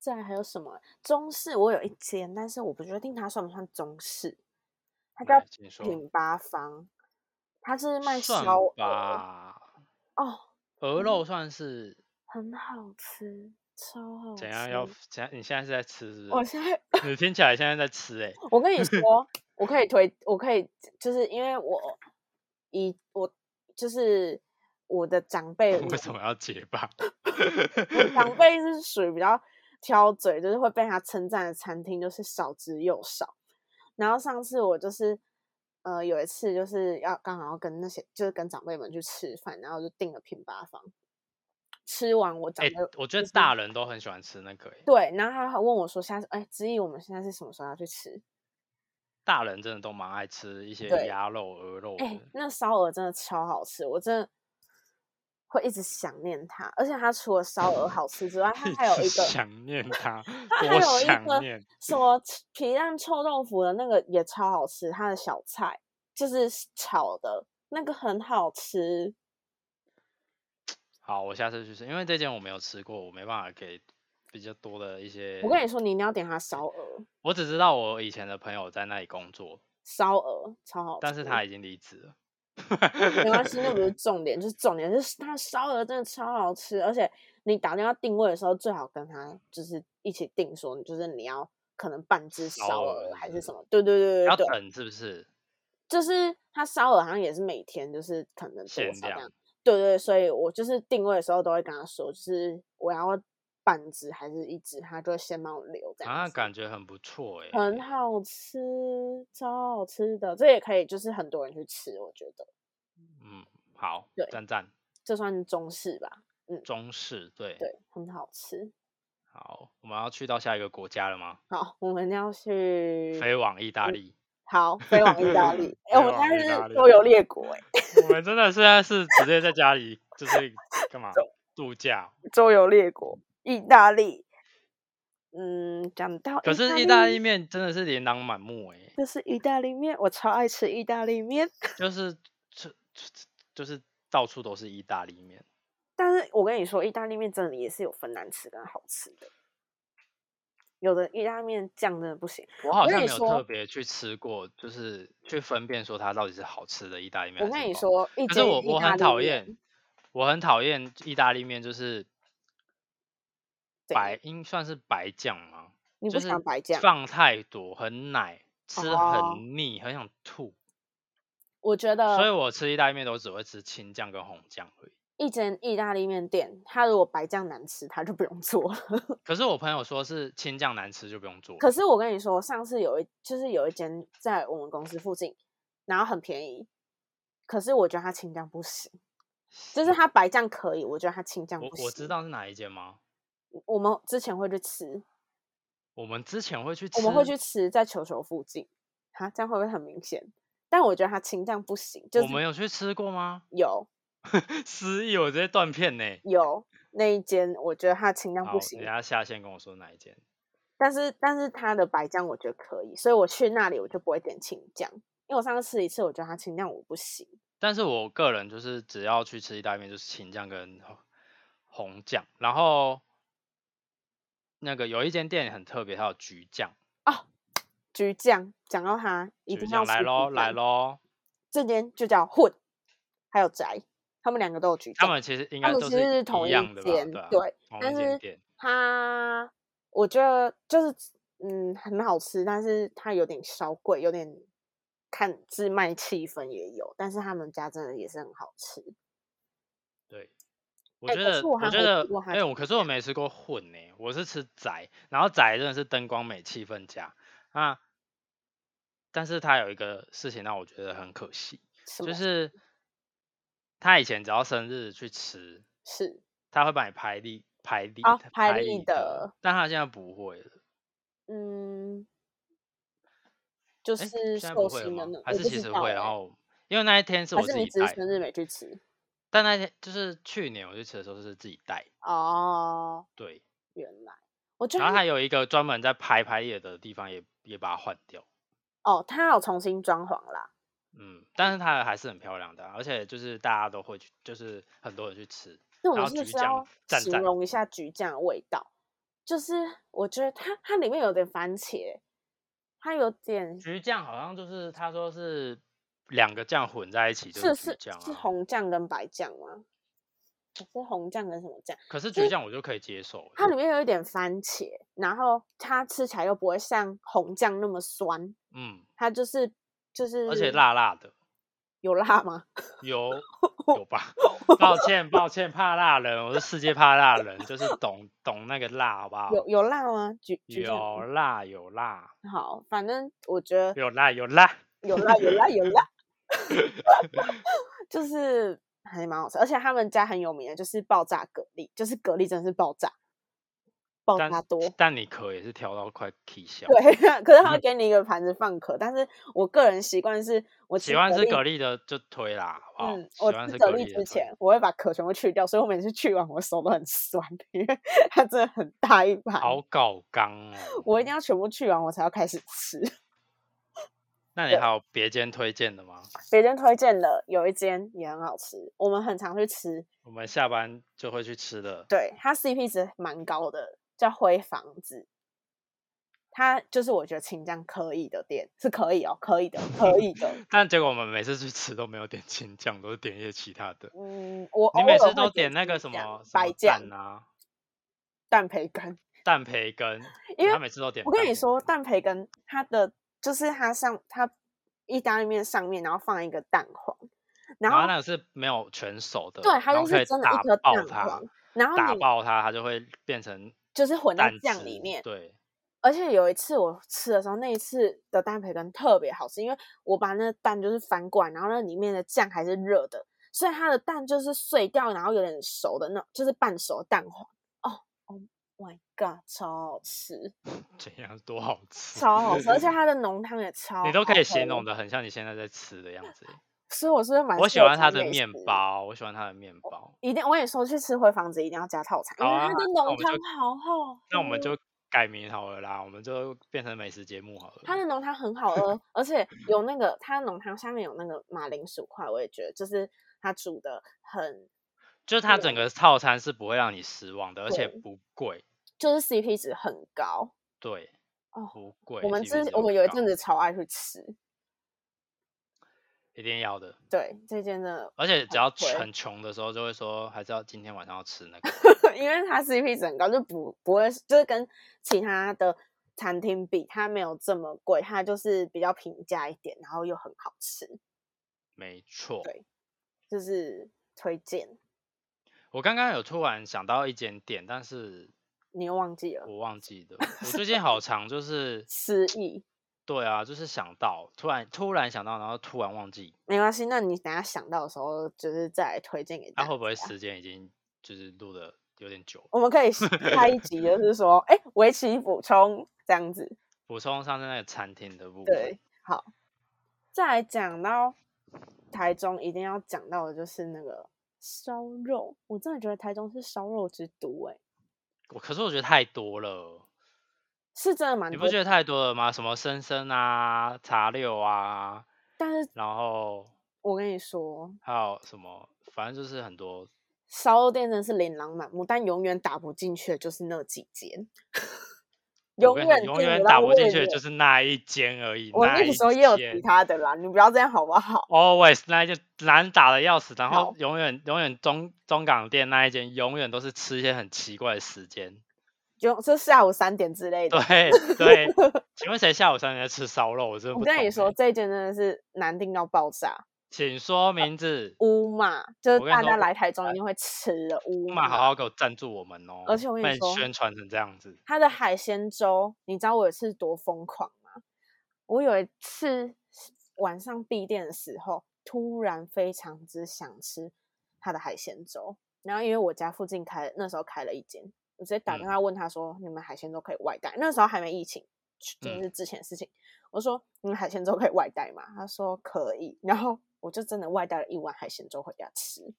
S3: 再来还有什么中式？我有一间，但是我不确定它算不算中式，它叫
S2: 来请说，
S3: 品八方，它是卖
S2: 算
S3: 烧鹅
S2: 吧，
S3: 哦，
S2: 鹅肉算是
S3: 很好吃，超好吃。
S2: 怎样要怎样？你现在是在吃是不
S3: 我
S2: 是？
S3: 现在，
S2: 你听起来现在在吃 (laughs) 哎、，
S3: 我跟你说，我可以推，我可以，就是因为我以我就是我的长辈
S2: (laughs) 为什么要结巴？ (laughs)
S3: 长辈是属于比较挑嘴，就是会被他称赞的餐厅就是少之又少。然后上次我就是呃有一次就是要刚好要跟那些就是跟长辈们去吃饭，然后就订了品八方。吃完我长
S2: 哎、
S3: 辈，
S2: 我
S3: 就
S2: 觉得
S3: 是
S2: 大人都很喜欢吃那个、欸，
S3: 对，然后他还问我说下次哎，知意我们现在是什么时候要去吃？
S2: 大人真的都蛮爱吃一些
S3: 对
S2: 鸭肉、鹅肉的。
S3: 哎、那烧鹅真的超好吃，我真的会一直想念它。而且它除了烧鹅好吃之外，它
S2: (laughs) 一
S3: 还有
S2: 直
S3: 一个
S2: 想
S3: (laughs)
S2: 念他，
S3: 它还
S2: 多
S3: 有一
S2: 想
S3: 个
S2: 念。
S3: 什么吃皮蛋臭豆腐的那个也超好吃，它的小菜就是炒的那个很好吃。
S2: 好，我下次去吃，因为这间我没有吃过，我没办法给比较多的一些。
S3: 我跟你，说，你一定要点它烧鹅，
S2: 我只知道我以前的朋友在那里工作，
S3: 烧鹅超好吃。
S2: 但是他已经离职了。
S3: 哦没
S2: (laughs)
S3: 关系，那不是重点，就是重点就是它烧鹅真的超好吃，而且你打电话定位的时候，最好跟他就是一起定说，就是你要可能半只
S2: 烧
S3: 烧
S2: 鹅
S3: 鹅还是
S2: 是
S3: 什么？对对对
S2: 要
S3: 对对，
S2: 等是不是？
S3: 就是它烧鹅好像也是每天就是可能多
S2: 限
S3: 少这
S2: 量
S3: 样。对对，所以我就是定位的时候都会跟他说，就是我要半只还是一只，他就会先帮我留这样
S2: 啊，
S3: 子
S2: 感觉很不错哎、
S3: 很好吃，超好吃的，这也可以就是很多人去吃，我觉得
S2: 嗯，好
S3: 对，
S2: 赞赞，
S3: 这算是中式吧。
S2: 中式对。
S3: 对，很好吃。
S2: 好，我们要去到下一个国家了吗？
S3: 好，我们要去
S2: 飞往意
S3: 嗯
S2: 大利。
S3: 好飞往意大
S2: (laughs)
S3: 利。哎、
S2: 飞
S3: 我们
S2: 往
S3: 现
S2: 意
S3: 在
S2: 大
S3: 是
S2: 利
S3: 周游列国、哎，
S2: 我们真的现在是直接在家里，就是干嘛度假。
S3: 周游列国，意大利。嗯，讲到
S2: 可是意大利面真的是琳琅满目哎、
S3: 就是意大利面，我超爱吃意大利面。 (laughs)
S2: 就是这就是到处都是意大利面。
S3: 但是我跟你说，意大利面真的也是有分难吃跟好吃的。有的意大利面酱真的不行。
S2: 我好
S3: 我跟
S2: 像
S3: 你
S2: 没有
S3: 说
S2: 特别去吃过，就是去分辨说它到底是好吃的意大利面。
S3: 我跟你，说，一
S2: 可是
S3: 间
S2: 我
S3: 意
S2: 我
S3: 大
S2: 很
S3: 利
S2: 讨
S3: 面
S2: 厌，我很讨厌意大利面，就是
S3: 怎样
S2: 白应算是白酱吗？
S3: 你不
S2: 就是
S3: 喜欢白酱？
S2: 放太多，很奶，吃
S3: 哦
S2: 很腻，很想吐。
S3: 我觉
S2: 所以
S3: 得
S2: 我吃意大利面都只会吃青酱跟红酱而已。
S3: 一间意大利面店，它如果白酱难吃，它就不用做了。 (laughs)
S2: 可是我朋友说是青酱难吃就不用做了。
S3: 可是我跟你说，上次有一就是有一间在我们公司附近，然后很便宜，可是我觉得它青酱不行，就是它白酱可以，我觉得它青酱
S2: 我
S3: 不行。
S2: 我知，道是哪一间吗？
S3: 我们之前会去吃，
S2: 我们之前会去吃，
S3: 我们会去吃在球球附近，哈，这样会不会很明显？但我觉得它青酱不行，就
S2: 我
S3: 是
S2: 们有去吃过吗？ (laughs)
S3: 有
S2: 失忆，我直接断片呢、
S3: 有那一间，我觉得它青酱
S2: 好
S3: 不，行
S2: 人，家下线跟我说哪一间。
S3: 但是但是它的白酱我觉得可以，所以我去那里我就不会点青酱，因为我上次吃一次，我觉得它青酱我不行。
S2: 但是我个人就是只要去吃意大利面，就是青酱跟红红酱，然后那个有一间店很特别，它有橘酱，
S3: 橘酱，讲到它一
S2: 橘
S3: 定要
S2: 酱来
S3: 吃
S2: 喽
S3: 橘
S2: 来
S3: 酱，哦
S2: 喽！
S3: 这间就叫混，还有宅，他们两个都有橘
S2: 他
S3: 酱，
S2: 们其实应
S3: 他
S2: 该
S3: 们
S2: 都
S3: 其实是同
S2: 一样的吧？
S3: 间，
S2: 啊
S3: 对，
S2: 同
S3: 但
S2: 一间
S3: 是
S2: 店。
S3: 它我觉得就是嗯很好吃，但是它有点稍贵，有点看自卖气氛也有，但是他们家真的也是很好吃。
S2: 对，我
S3: 哎
S2: 觉
S3: 可是
S2: 得，
S3: 我还
S2: 觉
S3: 没吃
S2: 得
S3: 过，它
S2: 哎、
S3: 怎
S2: 我可是我没吃过混呢、我是吃仔，然后仔真的是灯光美、气氛佳啊。但是他有一个事情让我觉得很可惜，
S3: 什么
S2: 就是他以前只要生日去吃，
S3: 是
S2: 他会帮你排立排立
S3: 哦排
S2: 排
S3: 立
S2: 立
S3: 的
S2: 的，但他现在不会了。
S3: 嗯，就
S2: 哎、
S3: 是
S2: 现在
S3: 寿
S2: 不会了
S3: 星的
S2: 吗
S3: 那，
S2: 还
S3: 我
S2: 是
S3: 不
S2: 其
S3: 知
S2: 实
S3: 道
S2: 会，然
S3: 欸
S2: 后因为那一天是
S3: 还
S2: 我
S3: 是
S2: 自
S3: 你
S2: 己
S3: 只是
S2: 带，
S3: 生日没去吃
S2: 但那天就是去年我去吃的时候是自己带，
S3: 哦。
S2: 对，
S3: 原来，哦我觉得
S2: 然后
S3: 他
S2: 还有一个专门在排排列的地方也也把它换掉。
S3: 哦，他有重新装潢啦。
S2: 嗯，但是它还是很漂亮的啊，而且就是大家都会去，就是很多人去吃。
S3: 那我
S2: 然
S3: 们
S2: 后
S3: 是不
S2: 橘
S3: 是
S2: 酱
S3: 要
S2: 赞
S3: 形
S2: 赞
S3: 容一下橘酱的味道？就是我觉得它它里面有点番茄，它有点
S2: 橘酱好像就是他说是两个酱混在一起，就是橘
S3: 是
S2: 酱
S3: 是
S2: 啊。
S3: 红酱跟白酱吗？是红酱跟什么酱？
S2: 可是
S3: 就
S2: 橘
S3: 是
S2: 酱我就可以接受欸，
S3: 它里面有一点番茄，然后它吃起来又不会像红酱那么酸，
S2: 嗯，
S3: 它就是就是
S2: 而且辣辣的，
S3: 有辣吗？ (laughs)
S2: 有有吧？抱歉抱歉，怕辣人，我是世界怕辣人，就是懂懂那个辣，好不好？
S3: 有有辣吗？橘橘酱嗯
S2: 啊有辣有辣
S3: 好，反正我觉得
S2: 有辣有辣，
S3: 有啦有啦有啦，就是还蛮好吃，而且他们家很有名的就是爆炸蛤蜊，就是蛤蜊真的是爆炸，爆
S2: 但
S3: 炸多。 (laughs)
S2: 但你壳也是挑到快气笑。，
S3: 对，可是他
S2: 嗯
S3: 会给你一个盘子放壳，但是我个人习惯是我吃
S2: 喜欢吃
S3: 蛤
S2: 蛤
S3: 蜊，
S2: 蜊的就推啦，好不好？
S3: 嗯，我
S2: 喜欢
S3: 吃
S2: 吃
S3: 蛤蜊
S2: 蛤蜊的
S3: 之
S2: 推
S3: 前我会把壳全部去掉，所以我每次去完我手都很酸，因为它真的很大一盘，
S2: 好搞刚
S3: 啊
S2: 哦。
S3: 我一定要全部去完我才要开始吃。
S2: 那你还有别间推荐的吗？
S3: 别人推荐的有一间也很好吃，我们很常去吃，
S2: 我们下班就会去吃的。
S3: 对，它 CP 值蛮高的，叫灰房子。它就是我觉得清江可以的店是可以哦，可以的，可以
S2: (laughs)
S3: 的。
S2: 但结果我们每次去吃都没有点青酱，都是点一些其他的。
S3: 嗯，我
S2: 你
S3: 偶
S2: 每
S3: 尔
S2: 次
S3: 会
S2: 都点那
S3: 青
S2: 个什
S3: 酱
S2: 么什
S3: 白
S2: 么
S3: 酱
S2: 蛋、啊、
S3: 蛋培根，
S2: 蛋培根，
S3: 因为
S2: 他每次都点。
S3: 我跟你，说，蛋培根它的就是它上它意大利面上面，然后放一个蛋黄，然
S2: 然
S3: 后
S2: 后那个是没有全熟的，
S3: 对它
S2: 然
S3: 就
S2: 后可
S3: 是
S2: 以
S3: 真的一
S2: 打
S3: 颗
S2: 爆
S3: 蛋
S2: 它
S3: 黄，，然后
S2: 打
S3: 你
S2: 爆它，它就会变成
S3: 就是混在
S2: 蛋
S3: 酱里
S2: 汁
S3: 面，
S2: 对，
S3: 而且有一次我吃的时候，那一次的蛋培根特别好吃，因为我把那蛋就是翻过来，然后那里面的酱还是热的，所以它的蛋就是碎掉，然后有点熟的那种，就是半熟蛋黄。哦，Oh my god，超好吃，
S2: 怎样多好吃。
S3: 超好吃，而且它的浓汤也超
S2: 你都可
S3: 好
S2: 以形
S3: 喝
S2: 容的很像你现在在吃的样子欸。
S3: 所以我是啊不是蛮
S2: 我
S3: 适
S2: 喜
S3: 合
S2: 欢
S3: 吃
S2: 它的
S3: 美
S2: 面
S3: 食。哦
S2: 包，我喜欢它的面包。
S3: 一定，我跟你说，去吃回房子一定要加套餐，因
S2: 好
S3: 为
S2: 啊
S3: 它的
S2: 那
S3: 浓
S2: 我们就
S3: 汤好好喝。
S2: 那我们就改名好了啦，我们就变成美食节目好了。
S3: 它的浓汤很好喝，而且有那个它的浓汤下面有那个马铃薯块，我也觉得就是它煮的很，
S2: 就是它整个套餐是不会让你失望的，而且
S3: 对
S2: 不贵。
S3: 就是 CP 值很高。
S2: 对，
S3: 哦
S2: 富贵。
S3: 我们
S2: 之
S3: 之我们有一阵子超爱去吃，
S2: 一定要的，
S3: 对这间真的， (laughs)
S2: 而且只要
S3: 贵
S2: 很穷的时候，就会说还是要今天晚上要吃
S3: (laughs)
S2: 那个。
S3: 因为它 CP 值很高，就不不会就是跟其他的餐厅比，它没有这么贵，它就是比较平价一点，然后又很好吃，
S2: 没错，
S3: 对就是推荐。
S2: 我刚刚有突然想到一间店，但是
S3: 你又忘记了
S2: 我忘记
S3: (laughs)
S2: 了。我最近好长就是，
S3: 失忆，
S2: 对啊，就是想到突然突然想到，然后突然忘记，
S3: 没关系，那你等下想到的时候，就是再来推荐给大
S2: 它、
S3: 家。
S2: 会不会时间已经就是录的有点久？
S3: 我们可以
S2: (laughs)
S3: 开一集，就是说，哎、围棋补充这样子。
S2: 补充上次那个餐厅的部分，
S3: 对，好，再来讲到台中一定要讲到的就是那个烧肉，我真的觉得台中是烧肉之都、欸，哎，
S2: 我可是我觉得太多了，
S3: 是真的蛮
S2: 你
S3: 多
S2: 不，觉得太多了吗？什么生生啊、茶六啊，
S3: 但是
S2: 然后
S3: 我跟你说，
S2: 还有什么，反正就是很多。
S3: 烧肉店真的是琳琅满目，但永远打不进去的就是那几间，永
S2: 我跟你
S3: 远
S2: 说永
S3: 进
S2: 远
S3: 不
S2: 打
S3: 到
S2: 不进
S3: 位
S2: 去，
S3: 的
S2: 就是那一间而已。
S3: 我
S2: 那
S3: 那
S2: 一
S3: 个时候也有
S2: 间
S3: 其他的啦，你不要这样好不好？
S2: always 那一间难打的要死，然
S3: 好
S2: 后永远永远中中港店那一间永远都是吃一些很奇怪的时间。
S3: 就就下午三点之类的。
S2: (laughs) 对对，请问谁下午三点在吃烧肉？我真的
S3: 我
S2: 不
S3: 跟
S2: 懂
S3: 你说，
S2: 欸，
S3: 这一间真的是难订到爆炸。
S2: 请说名字。
S3: 乌马就是
S2: 我跟你
S3: 大
S2: 说
S3: 家来台中一定会吃的乌
S2: 乌马好
S3: 马，
S2: 好给我赞助我们哦！
S3: 而且我跟你
S2: 被你
S3: 说
S2: 宣传成这样子，
S3: 它的海鲜粥，你知道我有一次多疯狂吗？我有一次晚上闭店的时候，突然非常之想吃它的海鲜粥，然后因为我家附近开那时候开了一间，我直接打电
S2: 嗯
S3: 话问他说：“你们海鲜粥可以外带？”那时候还没疫情，就
S2: 嗯
S3: 是之前的事情。我说：“你们海鲜粥可以外带吗？”他说：“可以。”然后我就真的外带了一碗海鲜粥回家吃。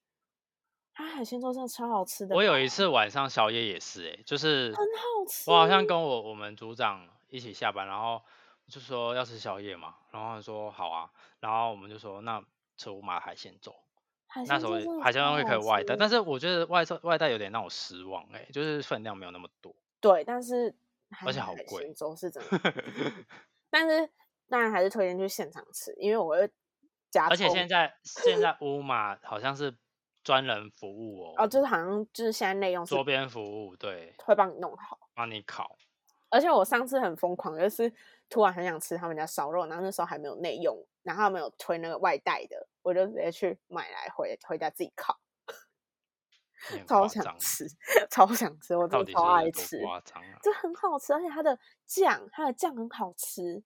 S3: 他海鲜粥真的超好吃的，
S2: 我有
S3: 一
S2: 一次晚上宵夜也是、欸，就是
S3: 很好吃。
S2: 我好像跟我我们组长一起下班，然后就说要吃宵夜嘛，然后他说好啊，然后我们就说那吃五马海鲜粥，
S3: 海
S2: 那
S3: 鲜
S2: 时候
S3: 粥真的
S2: 海鲜
S3: 超
S2: 粥也可
S3: 好
S2: 以外带，
S3: 吃
S2: 但是我觉得外送外带有点让我失望、欸，哎，就是分量没有那么多，
S3: 对，但是还
S2: 而且
S3: 是
S2: 好
S3: 海
S2: 贵
S3: 鲜粥是真
S2: (laughs)
S3: 的，但是当然还是推荐去现场吃，因为我会加葱。
S2: 而且现在现在乌马好像是专人服务
S3: 哦，
S2: 哦，
S3: 就是好像就是现在内用是
S2: 桌边服务对，
S3: 会帮你弄好。
S2: 帮你烤。
S3: 而且我上次很疯狂，就是突然很想吃他们家烧肉，然后那时候还没有内用，然后他们有推那个外带的，我就直接去买来回回家自己烤，
S2: 你很
S3: 超
S2: 夸
S3: 想
S2: 张啊
S3: 吃， (laughs) 超想吃，我真
S2: 到
S3: 的
S2: 底
S3: 超
S2: 是
S3: 爱
S2: 有多
S3: 吃。
S2: 夸张啊！
S3: 就很好吃，而且它的酱，它的酱很好吃。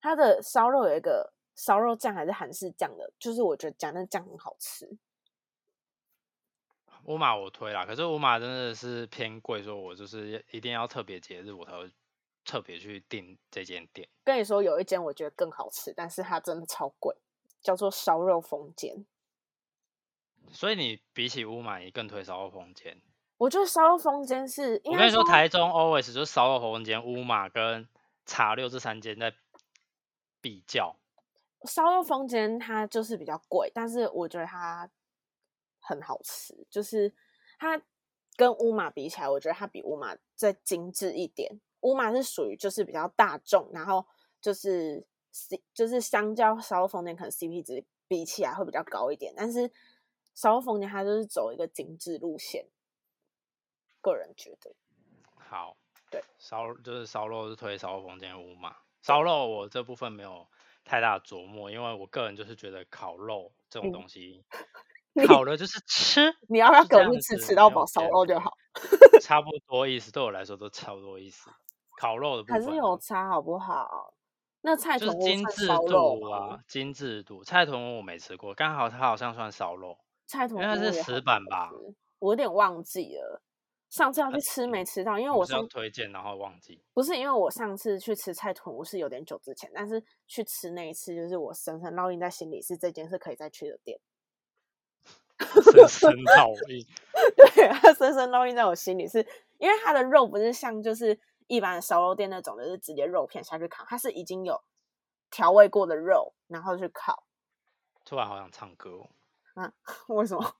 S3: 它的烧肉有一个烧肉酱还是韩式酱的，就是我觉得讲那酱很好吃。
S2: 乌马我推啦，可是乌马真的是偏贵，所以我就是一定要特别节日我才会特别去订这间店。
S3: 跟你说，有一间我觉得更好吃，但是它真的超贵，叫做烧肉风间。
S2: 所以你比起乌马，你更推烧肉风间。
S3: 我觉得烧肉风间是，应
S2: 我
S3: 该
S2: 跟你说，台中 always 就是烧肉风间、乌马跟茶六这三间在比较，
S3: 烧肉风间它就是比较贵，但是我觉得它很好吃，就是它跟乌马比起来，我觉得它比乌马再精致一点。乌马是属于就是比较大众，然后就是 C 就是相较烧肉风间可能 CP 值比起来会比较高一点，但是烧肉风间它就是走一个精致路线，个人觉得。
S2: 好，
S3: 对，
S2: 烧就是烧肉是推烧肉风间、乌马。烧肉我这部分没有太大琢磨，因为我个人就是觉得烤肉这种
S3: 嗯
S2: 东西
S3: 你，
S2: 烤了就是
S3: (laughs)
S2: 吃。
S3: 你要不要
S2: 是
S3: 给
S2: 这
S3: 我
S2: 样
S3: 去吃
S2: 子
S3: 吃到
S2: 没有
S3: 饱烧
S2: 别
S3: 肉就
S2: 的
S3: 好，
S2: 差不多意思，对我来说都差不多意思。烤肉的部
S3: 还
S2: 分
S3: 是
S2: 呢
S3: 有差好不好？那菜
S2: 就是
S3: 头
S2: 精
S3: 算
S2: 致
S3: 烧肉
S2: 度
S3: 吗？
S2: 啊，精致度。菜头我没吃过，刚好它好像算烧肉，
S3: 菜头
S2: 因为它
S3: 菇
S2: 是
S3: 也
S2: 石
S3: 很
S2: 板
S3: 好
S2: 吧
S3: 吃，我有点忘记了。上次要去吃没吃到，因为
S2: 我
S3: 我
S2: 是要
S3: 上
S2: 推荐，然后忘
S3: (laughs)
S2: 记。
S3: 不是因为我上次去吃菜头菇是有点久之前，但是去吃那一次就是我深深烙印在心里，是这间是可以再去的店。 (laughs)
S2: 深深烙印。
S3: 对，它深深烙印在我心里是，因为它的肉不是像就是一般的烧肉店那种，就是直接肉片下去烤，它是已经有调味过的肉，然后去烤。 (laughs)
S2: 突然好想唱歌、哦，
S3: 为什么？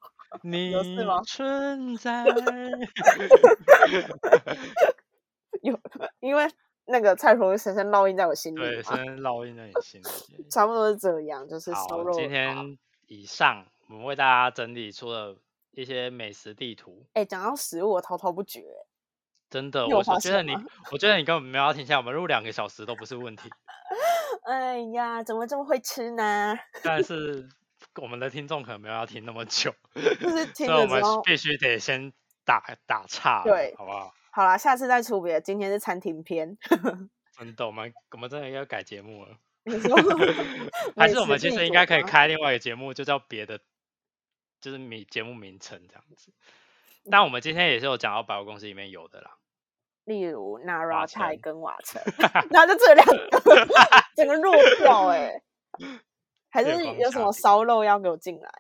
S3: (laughs)
S2: 你
S3: 有事吗 (laughs) 嗯
S2: 存在
S3: 有，因为那个菜头深深烙印在我心里 (laughs)
S2: 对，
S3: 嘛，
S2: 先烙印在你心里。
S3: 差不多是这样，就是烧
S2: 好，
S3: 肉。
S2: 今天以上我们为大家整理出了一些美食地图，
S3: 哎，讲到食物，我滔滔不绝。
S2: 真的，
S3: 你有
S2: 我是
S3: 发
S2: 觉得
S3: 现
S2: 你
S3: 吗，
S2: 我觉得你根本没有要停下来，我们录两个小时都不是问题。
S3: 哎呀，怎么这么会吃呢？
S2: 但是我们的听众可能没有要听那么久， (laughs)
S3: 就是 (laughs) 听
S2: 所以我
S3: 了
S2: 们
S3: 之后，
S2: 必须得先打打岔了，
S3: 对
S2: 好不好？
S3: 好啦，下次再出别的。今天是餐厅篇， (laughs)
S2: 真的，我们我们真的要改节目了，
S3: 你说
S2: (laughs) 还
S3: 美
S2: 是我
S3: 食
S2: 们其
S3: 地
S2: 实应
S3: 图
S2: 该可以
S3: 吗
S2: 开另外一个节目，就叫别的，就是名节目名称这样子。
S3: 嗯
S2: 但我们今天也是有讲到百货公司里面有的啦，
S3: 例如 Nara
S2: 城
S3: 菜跟瓦
S2: (laughs)
S3: 城，然后就这两个整个弱掉哎、
S2: (laughs)
S3: 还
S2: 月
S3: 是
S2: 光
S3: 有什
S2: 虾
S3: 么
S2: 饼
S3: 烧肉要给我进来？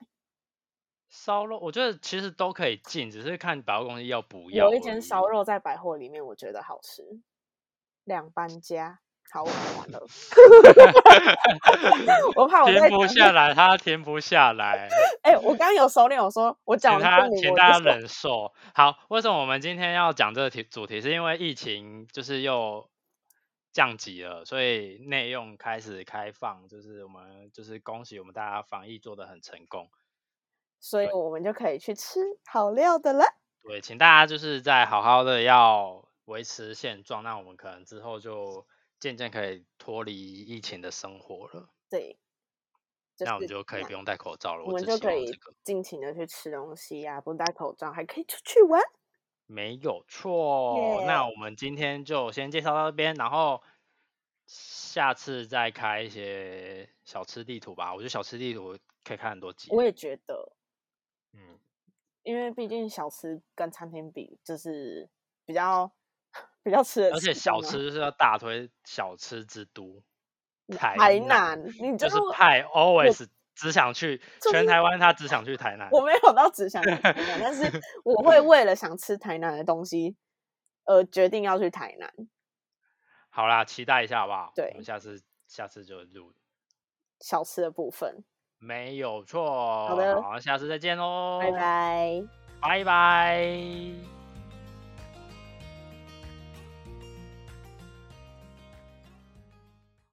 S2: 烧肉，我觉得其实都可以进，只是看百货公司要不要。
S3: 有一间烧，肉在百货里面，我觉得好吃，两班家。好，我讲
S2: (laughs)
S3: 完了，我怕我
S2: 停
S3: 在
S2: 不
S3: 讲
S2: 下来，他停不下
S3: (laughs)
S2: 来。
S3: 哎、我刚刚有熟练，我说我讲
S2: 请
S3: 完
S2: 他
S3: 证
S2: 请
S3: 明
S2: 大家
S3: 我就说
S2: 忍受。好，为什么我们今天要讲这个题主题？是因为疫情就是又降级了，所以内用开始开放，就是我们就是恭喜我们大家防疫做得很成功。
S3: 所以
S2: 对
S3: 我们就可以去吃好料的了。
S2: 对，请大家就是在好好的要维持现状，那我们可能之后就渐渐可以脱离疫情的生活了。
S3: 对，就
S2: 那我们
S3: 是
S2: 就可以
S3: 这
S2: 不
S3: 样
S2: 用戴口罩了。
S3: 我们
S2: 只
S3: 就
S2: 希
S3: 可
S2: 望
S3: 以
S2: 这个
S3: 尽情的去吃东西呀、不戴口罩，还可以出去玩。
S2: 没有错。那我们今天就先介绍到这边，然后下次再开一些小吃地图吧。我觉得小吃地图可以看很多集。
S3: 我也觉得，
S2: 嗯，
S3: 因为毕竟小吃跟餐厅比，就是比较比较吃得
S2: 而且
S3: 起
S2: 小
S3: 的嘛
S2: 吃就是要大推小吃之都台
S3: 嗯台
S2: 南，
S3: 南，你
S2: 就
S3: 就是是我
S2: 派 always 只想去
S3: 就
S2: 全
S3: 是
S2: 台湾，他只想去台南。
S3: (laughs) 我没有到只想去台南，但
S2: (laughs)
S3: 是我会为了想吃台南的东西，而决定要去台南。
S2: 好啦，期待一下好不好？
S3: 对
S2: 我们下次下次就录，
S3: 小吃的部分，
S2: 没有错。
S3: 的
S2: 哦好，下次再见喽，
S3: 拜拜。
S2: 拜拜。